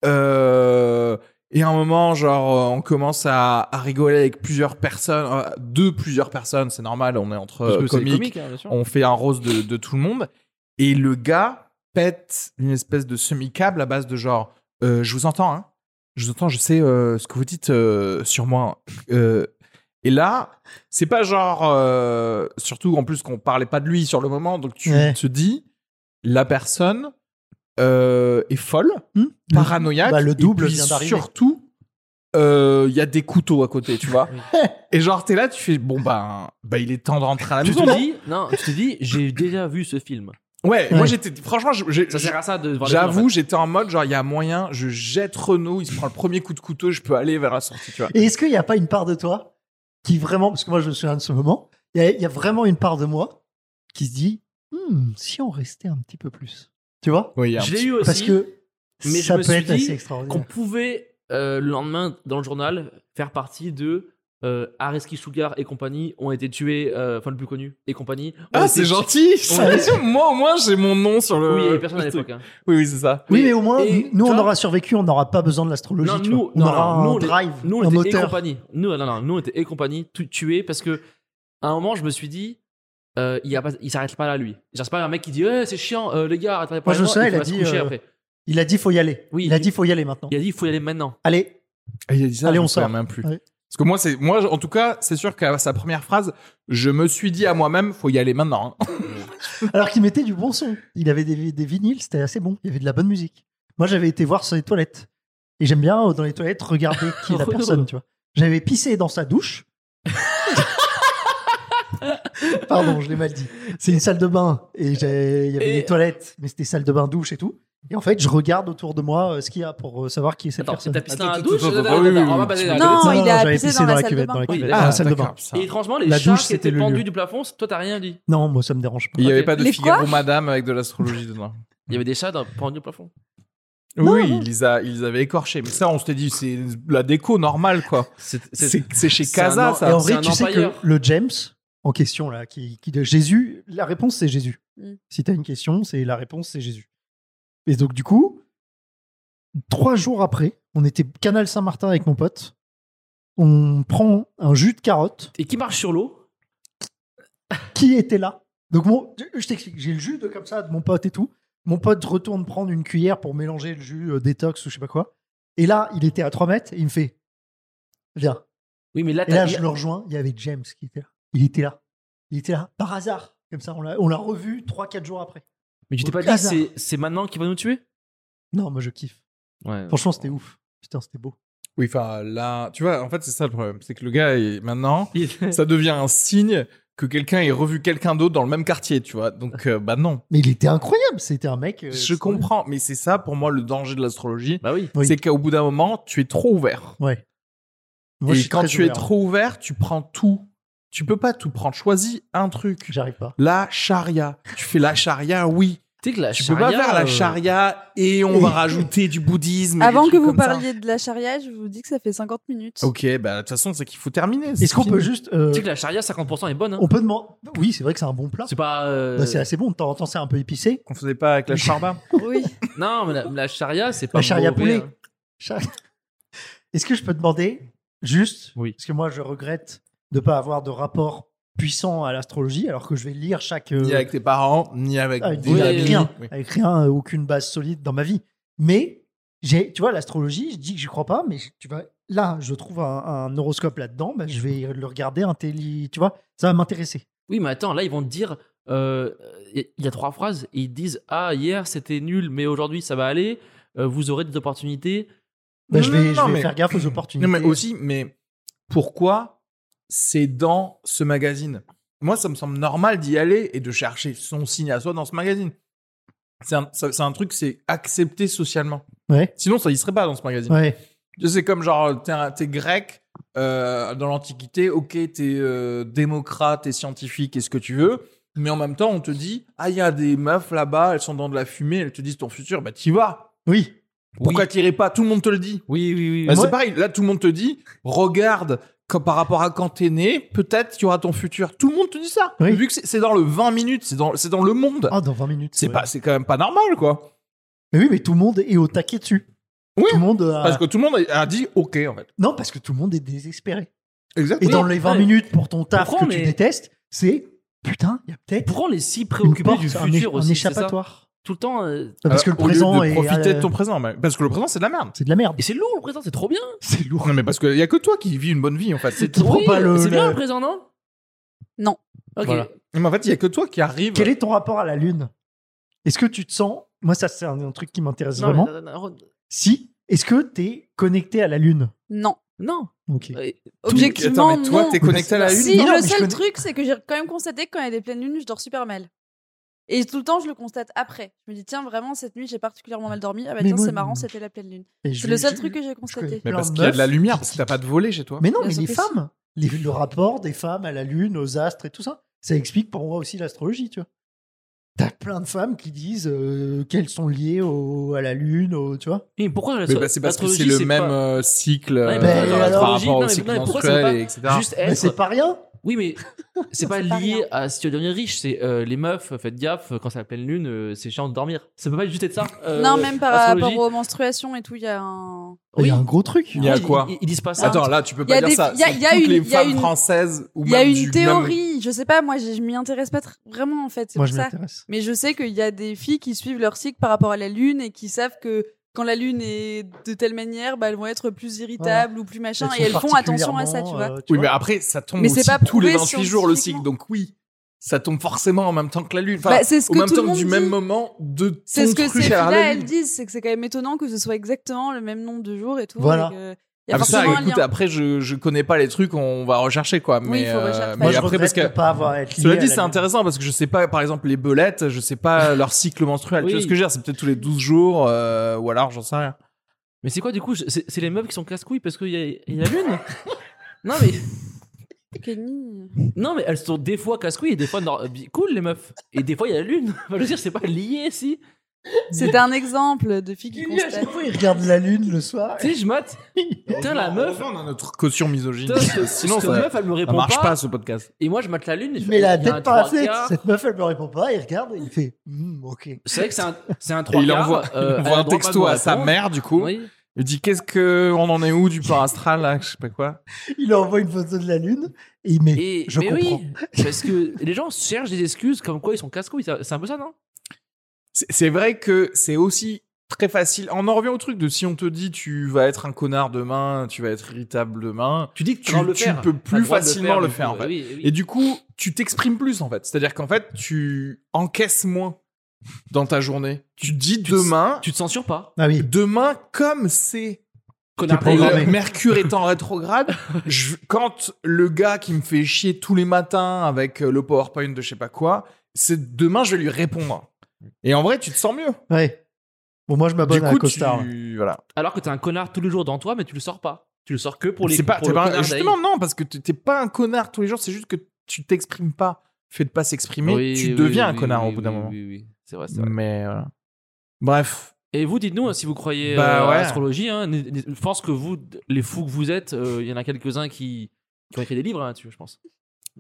A: Euh, et à un moment, genre, euh, on commence à, à rigoler avec plusieurs personnes, euh, de plusieurs personnes, c'est normal, on est entre
C: Parce
A: euh,
C: que c'est
A: comiques.
C: comique, hein, bien sûr.
A: On fait un rose de, de tout le monde. Et le gars pète une espèce de semi-câble à base de genre euh, Je vous entends, hein. Je vous entends, je sais euh, ce que vous dites euh, sur moi. Euh, et là, c'est pas genre. euh, surtout en plus qu'on parlait pas de lui sur le moment, donc tu
B: Ouais.
A: te dis La personne euh, est folle,
B: Hmm
A: paranoïaque.
B: Bah, le double
A: et puis
B: vient d'arriver.
A: Surtout, euh, il y a des couteaux à côté, tu
B: <laughs>
A: vois. et genre, t'es là, tu fais Bon, bah, bah, il est temps de rentrer à la
C: Tu
A: maison.
C: te dis, non, tu te dis, j'ai déjà vu ce film.
A: Ouais,
B: Ouais.
A: moi j'étais. Franchement, je- j'ai-
C: Ça sert à ça de voir. des films, en
A: j'avoue, j'étais en mode genre, il y a moyen, je jette Renault, il se prend le premier coup de couteau, je peux aller vers la sortie, tu vois.
B: Et est-ce qu'il n'y a pas une part de toi qui vraiment, parce que moi je me souviens de ce moment, il y, a- il y a vraiment une part de moi qui se dit, Hmm, si on restait un petit peu plus, tu vois
A: Oui, il y a
C: fait.
A: un
C: Je
A: petit-
C: l'ai eu aussi.
B: Parce que
C: mais je
B: ça
C: me
B: peut
C: suis
B: être assez
C: dit qu'on
B: extraordinaire.
C: pouvait euh, le lendemain dans le journal faire partie de euh, Areski Sugar et compagnie ont été tués, euh, enfin le plus connu et compagnie. ont
A: Ah,
C: été-
A: c'est gentil! ça. moi, au moins, j'ai mon nom sur le.
C: Oui, il y avait personne à l'époque. hein.
A: Oui, oui, c'est ça.
B: Oui,
C: Mais-
B: mais au moins,
C: et
B: nous, on
C: toi-
B: aura survécu, on n'aura pas besoin de l'astrologie.
C: Non,
B: tu
C: nous,
B: vois. on
C: non,
B: aura
C: non,
B: un
C: nous, on est-
B: drive,
C: Nous, on
B: un
C: était et
B: moteur.
C: compagnie. Nous, ah non, non, nous, on était et compagnie, tout- tués parce que à un moment, je me suis dit. euh, il, y a pas- il s'arrête pas là lui. Genre c'est pas un mec qui dit eh, c'est chiant euh, les gars arrêtez pas.
B: Moi, je me souviens, il a dit, euh, Il a dit, faut y aller.
C: Oui,
B: il a
C: il-
B: dit, faut y aller maintenant.
C: Il a dit il faut y aller maintenant.
B: Allez,
A: Et Ah, il a dit ça,
B: Allez,
A: je
B: on
A: me souviens
B: sort.
A: même plus.
B: Ouais.
A: Parce que moi, c'est, moi, en tout cas, c'est sûr qu'à sa première phrase, je me suis dit à moi-même, faut y aller maintenant. hein.
B: alors qu'il mettait du bon son. Il avait des, des vinyles, c'était assez bon. Il y avait de la bonne musique. Moi, j'avais été voir sur les toilettes. Et j'aime bien, euh, dans les toilettes, regarder
C: <laughs>
B: qui est la
C: Renaud.
B: personne, tu vois. J'avais pissé dans
C: <laughs>
B: sa douche. Pardon, je l'ai mal dit. C'est une salle de bain. Et j'ai- il y avait
C: Et-
B: des toilettes, mais c'était salle de bain, douche et tout. Et en fait, je regarde autour de moi euh, ce qu'il y a pour euh, savoir qui est cette
C: Attends,
B: personne.
C: t'as pissé dans la
A: Attends,
C: douche
A: attends,
C: Attends,
A: attends, oui,
C: attends,
A: oui,
C: on va
A: oui.
C: pas aller dans la
D: Non,
C: douche.
D: il a
B: j'avais
D: pissé dans la salle de
B: cuvette,
D: bain.
B: dans la
C: Oui,
B: cuvette,
C: d'accord.
B: dans Ah, la salle de bain.
A: d'accord, ça.
C: Et franchement, les
B: La
C: chats
B: douche,
C: qui
B: c'était
C: étaient
B: le
C: pendus
B: lieu.
C: du plafond, toi t'as rien dit.
B: Non, moi, ça me dérange pas.
A: Il n'y
C: Ok.
A: avait pas de
D: Les
A: Figaro
D: quoi
A: Madame avec de l'astrologie dedans.
C: Il y avait des chats dans- pendus au plafond.
B: Non,
A: oui,
B: non.
A: Ils, les a- ils les avaient écorchés. Mais ça, on s'était dit, c'est la déco normale, quoi.
C: C'est
A: C'est c'est chez
C: c'est un
A: Casa,
C: an-
A: ça.
B: Et en
C: C'est hein.
B: vrai,
C: un
B: tu sais que
C: empailleur.
B: le James en question, là, qui, qui de Jésus, la réponse c'est Jésus.
D: Mm.
B: Si tu as une question, c'est la réponse c'est Jésus. Et donc, du coup, trois jours après, on était Canal Saint-Martin avec mon pote. On prend un jus de carotte
C: Et qui marche sur l'eau
B: qui était là. Donc, mon, je t'explique, j'ai le jus de comme ça de mon pote et tout. Mon pote retourne prendre une cuillère pour mélanger le jus euh, détox ou je sais pas quoi. Et là, il était à 3 mètres et il me fait Viens.
C: Oui, mais là,
B: Et là,
C: t'as-
B: je le rejoins, il y avait James qui était là. Il était là. Il était là, par hasard. Comme ça, on l'a on l'a revu 3-4 jours après.
C: mais tu t'es pas
B: Au
C: dit,
B: hasard.
C: c'est- c'est maintenant qu'il va nous tuer
B: Non, moi, je kiffe.
C: Ouais. <laughs>
B: Franchement, c'était ouf. Putain, c'était beau.
A: Oui, enfin là, tu vois, en fait, c'est ça le problème, c'est que le gars est maintenant, ça devient un signe que quelqu'un ait revu quelqu'un d'autre dans le même quartier, tu vois. Donc euh, bah
B: <laughs>
A: non.
B: Mais il était incroyable. C'était un mec. euh,
A: Je comprends, mais c'est ça pour moi le danger de l'astrologie,
C: <laughs> Bah oui.
B: Oui.
A: c'est qu'au bout d'un moment, tu es trop ouvert.
B: Ouais. Moi, je
A: Et
B: suis
A: quand
B: très
A: tu es
B: ouvert. hein.
A: trop ouvert, tu prends tout. Tu peux pas tout prendre. Choisis un truc.
B: J'arrive pas.
A: La charia. Tu fais la charia, oui.
C: Tu sais que la
A: Tu
C: charia,
A: peux pas faire la
C: euh,
A: charia et on
B: Et-
A: va rajouter du bouddhisme. et
D: Avant
A: des
D: que
A: trucs
D: vous
A: comme ça.
D: parliez de la charia, je vous dis que ça fait 50 minutes.
A: Ok, bah de toute façon, c'est qu'il faut terminer.
B: Est-ce qu'on
A: fini.
B: peut juste. euh,
C: Tu sais que la charia, 50% est bonne. hein.
B: on peut demander. Oui, c'est vrai que c'est un bon plat.
C: C'est pas. euh,
B: <laughs> Bah, c'est assez bon. De temps en temps, c'est un peu épicé.
A: qu'on faisait pas avec la charba
D: Oui.
C: Non, mais la, la charia, c'est pas.
B: La charia
C: mauvais,
B: poulet.
C: hein.
B: <laughs> Est-ce que je peux demander juste.
C: Oui.
B: Parce que moi, je regrette de ne pas avoir de rapport puissant à l'astrologie, alors que je vais lire chaque. euh,
A: ni avec tes parents, ni avec
B: avec,
A: des
C: oui,
B: avec
A: amis.
B: rien,
A: Oui.
B: avec rien, euh, aucune base solide dans ma vie. Mais J'ai, tu vois, l'astrologie, je dis que je crois pas, mais je- tu vois, là, je trouve un, un horoscope là-dedans, bah, je vais le regarder, un télé, tu vois, ça va m'intéresser.
C: Oui, mais attends, là, ils vont te dire. euh, Il y a trois phrases et ils te disent Ah, hier c'était nul, mais aujourd'hui ça va aller. euh, vous aurez des opportunités.
B: Bah, je
A: Non,
B: vais,
A: non,
B: je vais
A: mais-
B: faire gaffe aux
A: <clears throat>
B: opportunités.
A: Non, mais aussi, mais pourquoi c'est dans ce magazine Moi, ça me semble normal d'y aller et de chercher son signe à soi dans ce magazine. C'est un, ça- c'est un truc, c'est accepté socialement.
B: Ouais.
A: Sinon, ça y serait pas dans ce magazine.
B: Ouais.
A: Tu sais, C'est comme genre, t'es un- t'es grec euh, dans l'Antiquité, ok, t'es euh, démocrate, t'es scientifique et ce que tu veux, mais en même temps, on te dit, ah, il y a des meufs là-bas, elles sont dans de la fumée, elles te disent ton futur, bah t'y vas.
B: Oui.
A: Pourquoi t'irais pas Tout le monde te le dit.
C: Oui, oui, oui.
A: Bah,
B: moi-
A: C'est pareil, là tout le monde te dit, regarde, quand, par rapport à quand t'es né, peut-être qu'il y aura ton futur. Tout le monde te dit ça.
B: Oui.
A: Vu que c'est c'est dans le 20 minutes, c'est dans, c'est dans le monde.
B: Ah, dans 20 minutes.
A: c'est
B: ouais.
A: pas, c'est quand même pas normal, quoi.
B: Mais oui, mais tout le monde est au taquet dessus.
A: Oui.
B: Tout le monde a-
A: Parce que tout le monde a a dit, ok, en fait.
B: Non, parce que tout le monde est désespéré. Et
A: Exactement.
B: dans les 20
C: ouais.
B: minutes pour ton taf
C: Pourquoi
B: que
C: on
B: tu
C: est-
B: détestes, c'est putain, il y a peut-être
C: Pourquoi on est si
B: une
C: préoccupé
B: porte,
C: du
B: un,
C: futur
B: é- un
C: aussi c'est ça
B: échappatoire.
C: Tout le temps. euh,
B: Non, parce que le
A: Alors, au lieu
B: présent
A: de
B: est.
A: profiter de ton
B: euh,
A: présent, mais- parce que le présent c'est de la merde.
B: C'est de la merde.
C: Et c'est lourd le présent, c'est trop bien.
B: C'est lourd.
A: Non mais parce qu'il y a que toi qui vis une bonne vie en fait. C'est
B: Tu prends
C: Oui,
B: pas le-
C: c'est bien
B: le-
C: le présent, non
D: Non.
C: Ok.
A: Voilà. Mais en fait, il y a que toi qui arrive.
B: Quel est ton rapport à la Lune Est-ce que tu te sens. Moi, ça, c'est un, un truc qui m'intéresse
C: Non,
B: vraiment.
C: mais- euh, non,
B: Si. Est-ce que tu es connecté à la Lune
D: Non.
C: non.
B: Ok.
C: Euh,
D: Objectivement,
A: Attends, mais toi,
D: non.
A: t'es connecté à la Lune
D: Si,
B: Non, non, mais
D: le
B: je
D: seul
B: connais-
D: truc, c'est que j'ai quand même constaté que quand il y a des pleines lunes, je dors super mal. Et tout le temps, je le constate après. Je me dis, tiens, vraiment, cette nuit, j'ai particulièrement mal dormi. Ah bah
B: Mais
D: tiens,
B: moi,
D: c'est marrant,
B: non.
D: c'était la pleine lune.
B: Et je-
D: C'est le seul
B: je-
D: truc que j'ai
B: connais.
D: constaté.
A: Mais
B: plein
A: parce
B: de
A: qu'il y a de la
B: meufs
A: lumière,
B: qui-
A: parce que t'as pas de volet chez toi.
B: Mais non,
D: La
B: mais les
D: surprise.
B: femmes, les- le rapport des femmes à la Lune, aux astres et tout ça, ça explique pour moi aussi l'astrologie, tu vois. T'as plein de femmes qui disent euh, qu'elles sont liées au- à la Lune, au, tu vois.
C: Mais pourquoi
A: Mais bah, c'est parce que c'est
C: l'astrologie,
A: le même
C: pas
A: euh, cycle
C: Ouais,
A: euh,
B: mais
A: par
B: alors,
A: rapport
C: logique, non,
A: au
C: mais-
A: cycle
C: non, mais pourquoi ça
A: menstruel,
C: veut
A: etc.
C: Juste
B: Mais c'est
C: être.
B: pas rien.
C: Oui,
D: <laughs>
C: mais c'est pas
D: c'est pas
C: lié
D: rien.
C: à si tu veux devenir riche. C'est euh, les meufs, faites gaffe, quand c'est la pleine lune, euh, c'est chiant de dormir. Ça peut pas juste être ça. euh,
D: non, même par
C: astrologie.
D: rapport aux menstruations et tout, il y a un.
B: Il y
C: Oui.
B: a un gros truc.
A: Il y a
C: Oui,
A: quoi
C: ils, ils disent pas ça.
A: Attends, là, tu peux
D: Il y
A: pas
D: a
A: dire
D: des-
A: ça.
D: il y a-
A: C'est
D: il y a
A: toutes
D: une-
A: les
D: il y a
A: femmes
D: une-
A: françaises ou
D: Il y a
A: même
D: une
A: du- même-
D: théorie. Je sais pas, moi, je, je m'y intéresse pas tr- vraiment, en fait. C'est
B: Moi,
D: pour
B: je
D: ça.
B: m'intéresse.
D: Mais je sais qu'il y a des filles qui suivent leur cycle par rapport à la lune et qui savent que quand la lune est de telle manière, bah, elles vont être plus irritables ou plus machin et elles
B: sont
D: font attention à ça, tu vois.
B: particulièrement, euh,
A: Oui, mais
B: vois.
A: après, ça tombe
D: Mais c'est
A: aussi
D: pas
A: tous les
D: prouvé
A: 28 jours le cycle,
D: scientifiquement.
A: donc oui, ça tombe forcément en même temps que la lune. Enfin,
D: Bah, c'est ce
A: au
D: que
A: même
D: tout le
A: temps
D: monde
A: du même
D: dit.
A: moment de ton
D: C'est ce que ces
A: truc à
D: filles-là,
A: la
D: elles
A: lune.
D: disent, c'est que c'est quand même étonnant que ce soit exactement le même nombre de jours et tout.
B: Voilà.
D: et que- Il y a
A: Ah, mais ça,
D: forcément un
A: écoute,
D: lien.
A: après, je, je connais pas les trucs, on va rechercher quoi. Mais,
D: Oui, faut
A: euh,
D: rechercher.
A: mais
B: Moi, je
A: après, parce
B: regrette
A: que.
B: de pas avoir à être lié
A: Cela
B: à la
A: dit, c'est
B: Lune.
A: intéressant parce que je sais pas, par exemple, les belettes, je sais pas euh, leur cycle menstruel. Tu
C: Oui.
A: vois ce que je veux dire C'est peut-être tous les 12 jours euh, ou alors j'en sais rien.
C: Mais c'est quoi du coup je- C'est c'est les meufs qui sont casse-couilles parce qu'il y, a- il y a la lune <laughs> Non mais,
D: Kenny.
C: non mais elles sont des fois casse-couilles et des fois nor- euh, cool les meufs. Et des fois il y a la lune. <laughs> Enfin, je veux dire, c'est pas lié si.
D: C'était un exemple de fille qui
B: Lui, à
D: constate.
B: chaque fois, il regarde la Lune le soir.
C: Tu sais,
A: <laughs>
C: je mate. Putain, la meuf.
A: Heureusement, On a notre caution misogyne.
C: Putain, cette-
A: Sinon,
C: cette
A: ça,
C: meuf, elle me
A: ça
C: répond
A: marche
C: pas.
A: pas ce podcast.
C: Et moi, je mate la lune. et je
B: Mais
C: fais,
B: la
C: il y a un
B: tête par la
C: trois
B: tête.
C: quarts.
B: Cette meuf, elle me répond pas. Il regarde et il fait Hmm, Ok.
C: C'est vrai que c'est un, c'est un euh,
A: Et
C: 3
A: il envoie, il envoie un texto à sa mère, du coup.
C: Oui.
A: Il dit Qu'est-ce que. On en est où du port astral, là Je sais pas quoi.
B: Il envoie une photo de la Lune et il met.
C: Et,
B: je
C: mais
B: comprends.
C: oui, parce que les gens cherchent des excuses comme quoi ils sont casse-couilles. C'est c'est un peu ça, non
A: C'est c'est vrai que c'est aussi très facile. On en revient au truc de si on te dit tu vas être un connard demain, tu vas être irritable demain.
C: Tu dis que
A: tu- tu peux plus facilement le faire, en fait.
C: euh, Oui, oui.
A: Et du coup, tu t'exprimes plus en fait. C'est-à-dire qu'en fait, tu encaisses moins dans ta journée. Tu dis
C: te-
A: demain,
C: tu te censures pas.
B: Ah oui.
A: demain comme c'est
C: Connard euh,
B: T'es programmé.
A: le Mercure est en rétrograde, je- quand le gars qui me fait chier tous les matins avec euh, le PowerPoint de je sais pas quoi, c'est demain je vais lui répondre. Et en vrai, tu te sens mieux.
B: Ouais. Bon, moi, je
A: du
B: m'abonne à
A: coup, tu,
B: un costard.
A: voilà.
C: Alors que t'es un connard tous les jours dans toi, mais tu le sors pas. Tu le sors que pour les.
A: C'est pas,
C: pour
A: t'es
C: le
A: pas un-
C: connard
A: justement non parce que t'es t'es pas un connard tous les jours, c'est juste que tu t'exprimes pas. Le Fait de pas s'exprimer,
C: d'Aïe. Oui,
A: tu
C: oui,
A: deviens
C: oui,
A: un connard
C: oui,
A: au bout
C: oui,
A: d'un moment.
C: Oui, oui, c'est vrai, c'est vrai.
A: Mais voilà. Bref,
C: Et vous, dites-nous hein, si vous croyez
A: Bah
C: euh,
A: ouais.
C: à l'astrologie. hein. N- n- je pense que vous, les fous que vous êtes, euh, il y en a quelques-uns qui, qui ont écrit des livres hein, là-dessus, je pense.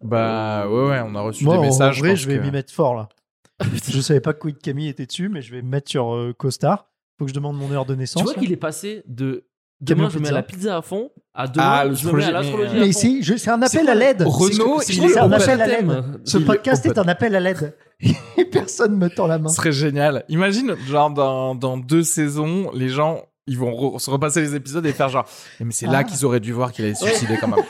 A: bah ouais, ouais, on a reçu
B: Euh, Moi,
A: des
B: en-
A: messages.
B: En vrai,
A: pense
B: je vais
A: que-
B: m'y mettre fort là. <laughs> je savais pas que Quid Camille était dessus, mais je vais me mettre sur euh, Costard. Faut que je demande mon heure de
C: Tu
B: naissance.
C: vois
B: là.
C: qu'il est passé de
B: Camion
C: demain je me mets à
B: pizza.
C: la pizza à fond à demain
A: Ah,
C: je me mets à
A: l'astrologie,
C: l'astrologie.
A: mais-
C: à
B: Mais
C: fond.
B: c'est, je- c'est un
C: C'est
B: appel
C: quoi
B: à
C: le-
B: l'aide.
A: Renaud,
B: C'est-
A: il
B: c'est-
A: est
B: c'est un
A: au
B: appel à l'aide.
C: Thème. <laughs>
B: Ce
A: Il est
B: podcast
A: au
B: est un appel à l'aide. <laughs> Et personne me tend la main.
A: Ce serait génial. Imagine, genre, dans, dans deux saisons, les gens ils vont re- se repasser les épisodes et faire genre. Eh, Mais c'est là
B: Ah.
A: qu'ils auraient dû voir qu'il allait se suicider quand
B: <laughs>
A: même.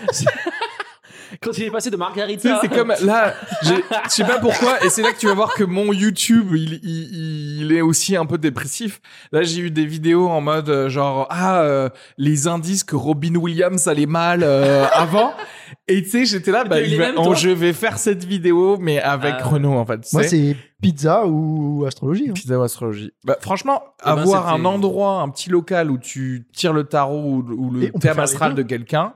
C: Quand il est passé de
A: Tu sais,
C: Margarita.
A: c'est comme là, j'ai- je sais pas pourquoi, et c'est là que tu vas voir que mon YouTube, il, il, il est aussi un peu dépressif. Là, j'ai eu des vidéos en mode euh, genre ah euh, les indices que Robin Williams allait mal euh, avant, et tu sais, j'étais là, bah,
C: T'as eu
A: il
C: les
A: va-
C: mêmes,
A: oh,
C: toi
A: je vais faire cette vidéo, mais avec
C: Ah.
A: Renaud en fait. tu
B: Moi,
A: sais.
B: c'est pizza ou astrologie. hein.
A: Pizza ou astrologie. Bah, franchement,
C: Eh ben,
A: avoir
C: c'était-
A: un endroit, un petit local où tu tires le tarot ou, le- ou le
B: Et on peut
A: thème
B: faire les
A: astral de
B: deux.
A: quelqu'un.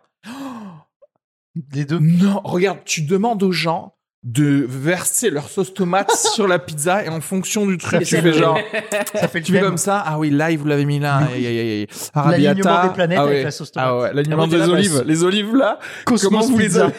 B: Les deux.
A: Non, regarde, tu demandes aux gens de verser leur sauce
C: <laughs>
A: tomate sur la pizza et en fonction du truc,
B: Et
A: tu
B: c'est
A: fais genre,
B: <laughs> Ça fait le
A: tu fais
B: thème.
A: comme ça. Ah oui, là, ils vous l'avez mis là.
B: Mais
A: Aïe, aïe, aïe, aïe.
B: L'alignement
A: Arabiata.
B: des planètes
A: Ah ouais.
B: avec la sauce tomate.
A: Ah ouais, l'alignement
B: Ah ouais,
A: des
B: t'es là,
A: olives.
B: bah,
A: Les olives là,
B: Cosmos
A: comment vous les
B: pizza.
A: avez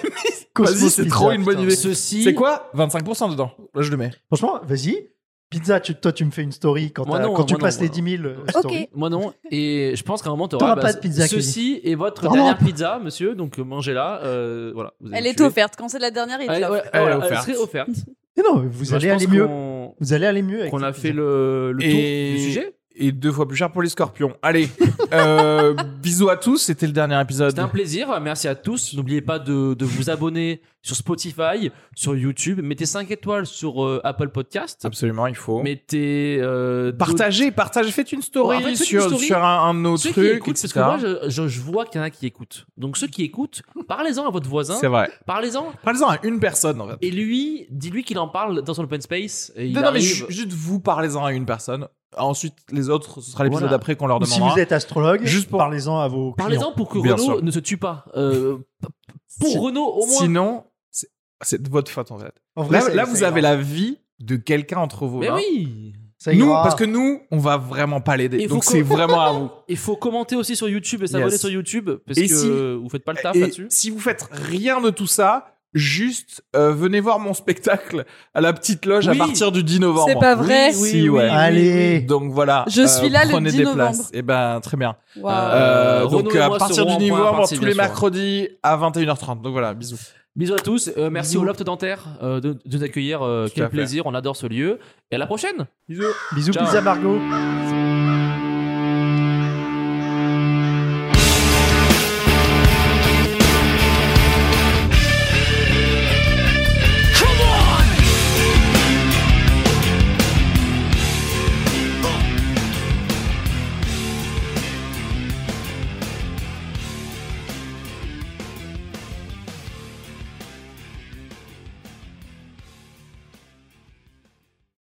B: Cosmos
A: Vas-y, c'est
B: pizza,
A: trop une bonne
B: putain.
A: idée.
C: Ceci.
A: C'est quoi 25% dedans. Là, je le mets.
B: Franchement, vas-y. Pizza, tu- toi, tu me fais une story quand,
C: Moi
B: t'as-
C: non,
B: quand tu
C: moi
B: passes
C: non,
B: les
C: moi non.
B: 10 000 euh,
F: Ok.
B: stories.
C: Moi non, et je pense qu'à un moment, tu
B: T'auras pas de pizza,
C: Ceci est votre
B: Oh.
C: dernière pizza, monsieur, donc euh, mangez-la. euh, voilà. vous allez
D: Elle
C: me
D: est
C: tuer.
D: offerte. Quand c'est la dernière, il te
C: Elle,
D: l'offre.
C: ouais,
A: Elle est
C: voilà, elle
A: offerte.
C: serait offerte.
B: Mais non, vous
C: Bah, je
B: allez
C: pense
B: aller mieux.
C: qu'on-
B: Vous allez aller mieux. avec
C: Qu'on a
B: cette
C: fait
B: pizza.
C: le, le
A: Et-
C: tour du sujet.
A: Et deux fois plus cher pour les scorpions. Allez, <laughs> euh, bisous à tous. C'était le dernier épisode.
C: C'était un plaisir. Merci à tous. N'oubliez pas de, de vous abonner sur Spotify, sur YouTube. Mettez 5 étoiles sur euh, Apple Podcast.
A: Absolument, il faut.
C: Mettez. euh, d'autres-
A: partagez, partagez, faites une story,
C: Ouais, en fait, faites une
A: sur,
C: story.
A: sur un, un de nos
C: Ceux qui
A: trucs,
C: écoutent, parce que
A: etc.
C: moi, je, je- je vois qu'il y en a qui écoutent. Donc ceux qui écoutent, parlez-en à votre voisin.
A: C'est vrai.
C: Parlez-en.
A: Parlez-en à une personne, en fait.
C: Et lui, dis-lui qu'il en parle dans son open space. Et il
A: non, non, mais
C: arrive.
A: ju- juste vous parlez-en à une personne. Ensuite, les autres, ce sera l'épisode
C: Voilà.
A: d'après qu'on leur
B: Ou Si
A: demandera.
B: vous êtes astrologue,
A: Juste pour-
B: parlez-en à vos clients.
C: Parlez-en pour que
A: Bien
C: Renault
A: sûr.
C: ne se tue pas. Euh, pour
A: Si-
C: Renault, au moins.
A: Sinon, c'est- c'est de votre faute, en fait.
B: En vrai,
A: Là,
B: ça-
A: là,
B: ça
A: vous
B: ira.
A: avez la vie de quelqu'un entre vos
C: mais
A: mains.
C: oui.
B: Ça
A: Nous,
B: ira.
A: parce que nous, on va vraiment pas l'aider.
C: Et
A: Donc,
C: faut
A: c'est
C: que-
A: vraiment
C: <laughs>
A: à vous.
C: Il faut commenter aussi sur YouTube et s'abonner
A: Yes.
C: sur YouTube parce
A: Et
C: que
A: si-
C: euh, vous faites pas le taf
A: Et
C: là-dessus.
A: si vous faites rien de tout ça, juste euh, venez voir mon spectacle à la petite loge à
C: Oui.
A: partir du 10 novembre.
D: C'est pas vrai.
A: Oui, si, ouais.
B: Allez.
A: Donc voilà. Euh,
D: Je suis là le
A: prenez
D: 10
A: des
D: novembre.
A: places. Et ben très bien.
D: Waouh.
C: Euh,
A: Euh, donc
C: Renaud et
A: à
C: moi
A: partir
C: serons
A: du
C: en
A: niveau
C: point à
A: novembre
C: partir,
A: tous
C: bien
A: les
C: sûr.
A: mercredis à 21h30. Donc voilà, bisous.
C: Bisous à tous. Euh, merci
B: Bisous.
C: au Loft Dentaire euh, de, de nous accueillir. euh,
A: Tout à
C: quel
A: fait.
C: plaisir. On adore ce lieu. Et à la prochaine.
A: Bisous.
B: Bisous,
C: Ciao.
B: pizza Margot.
A: Bisous.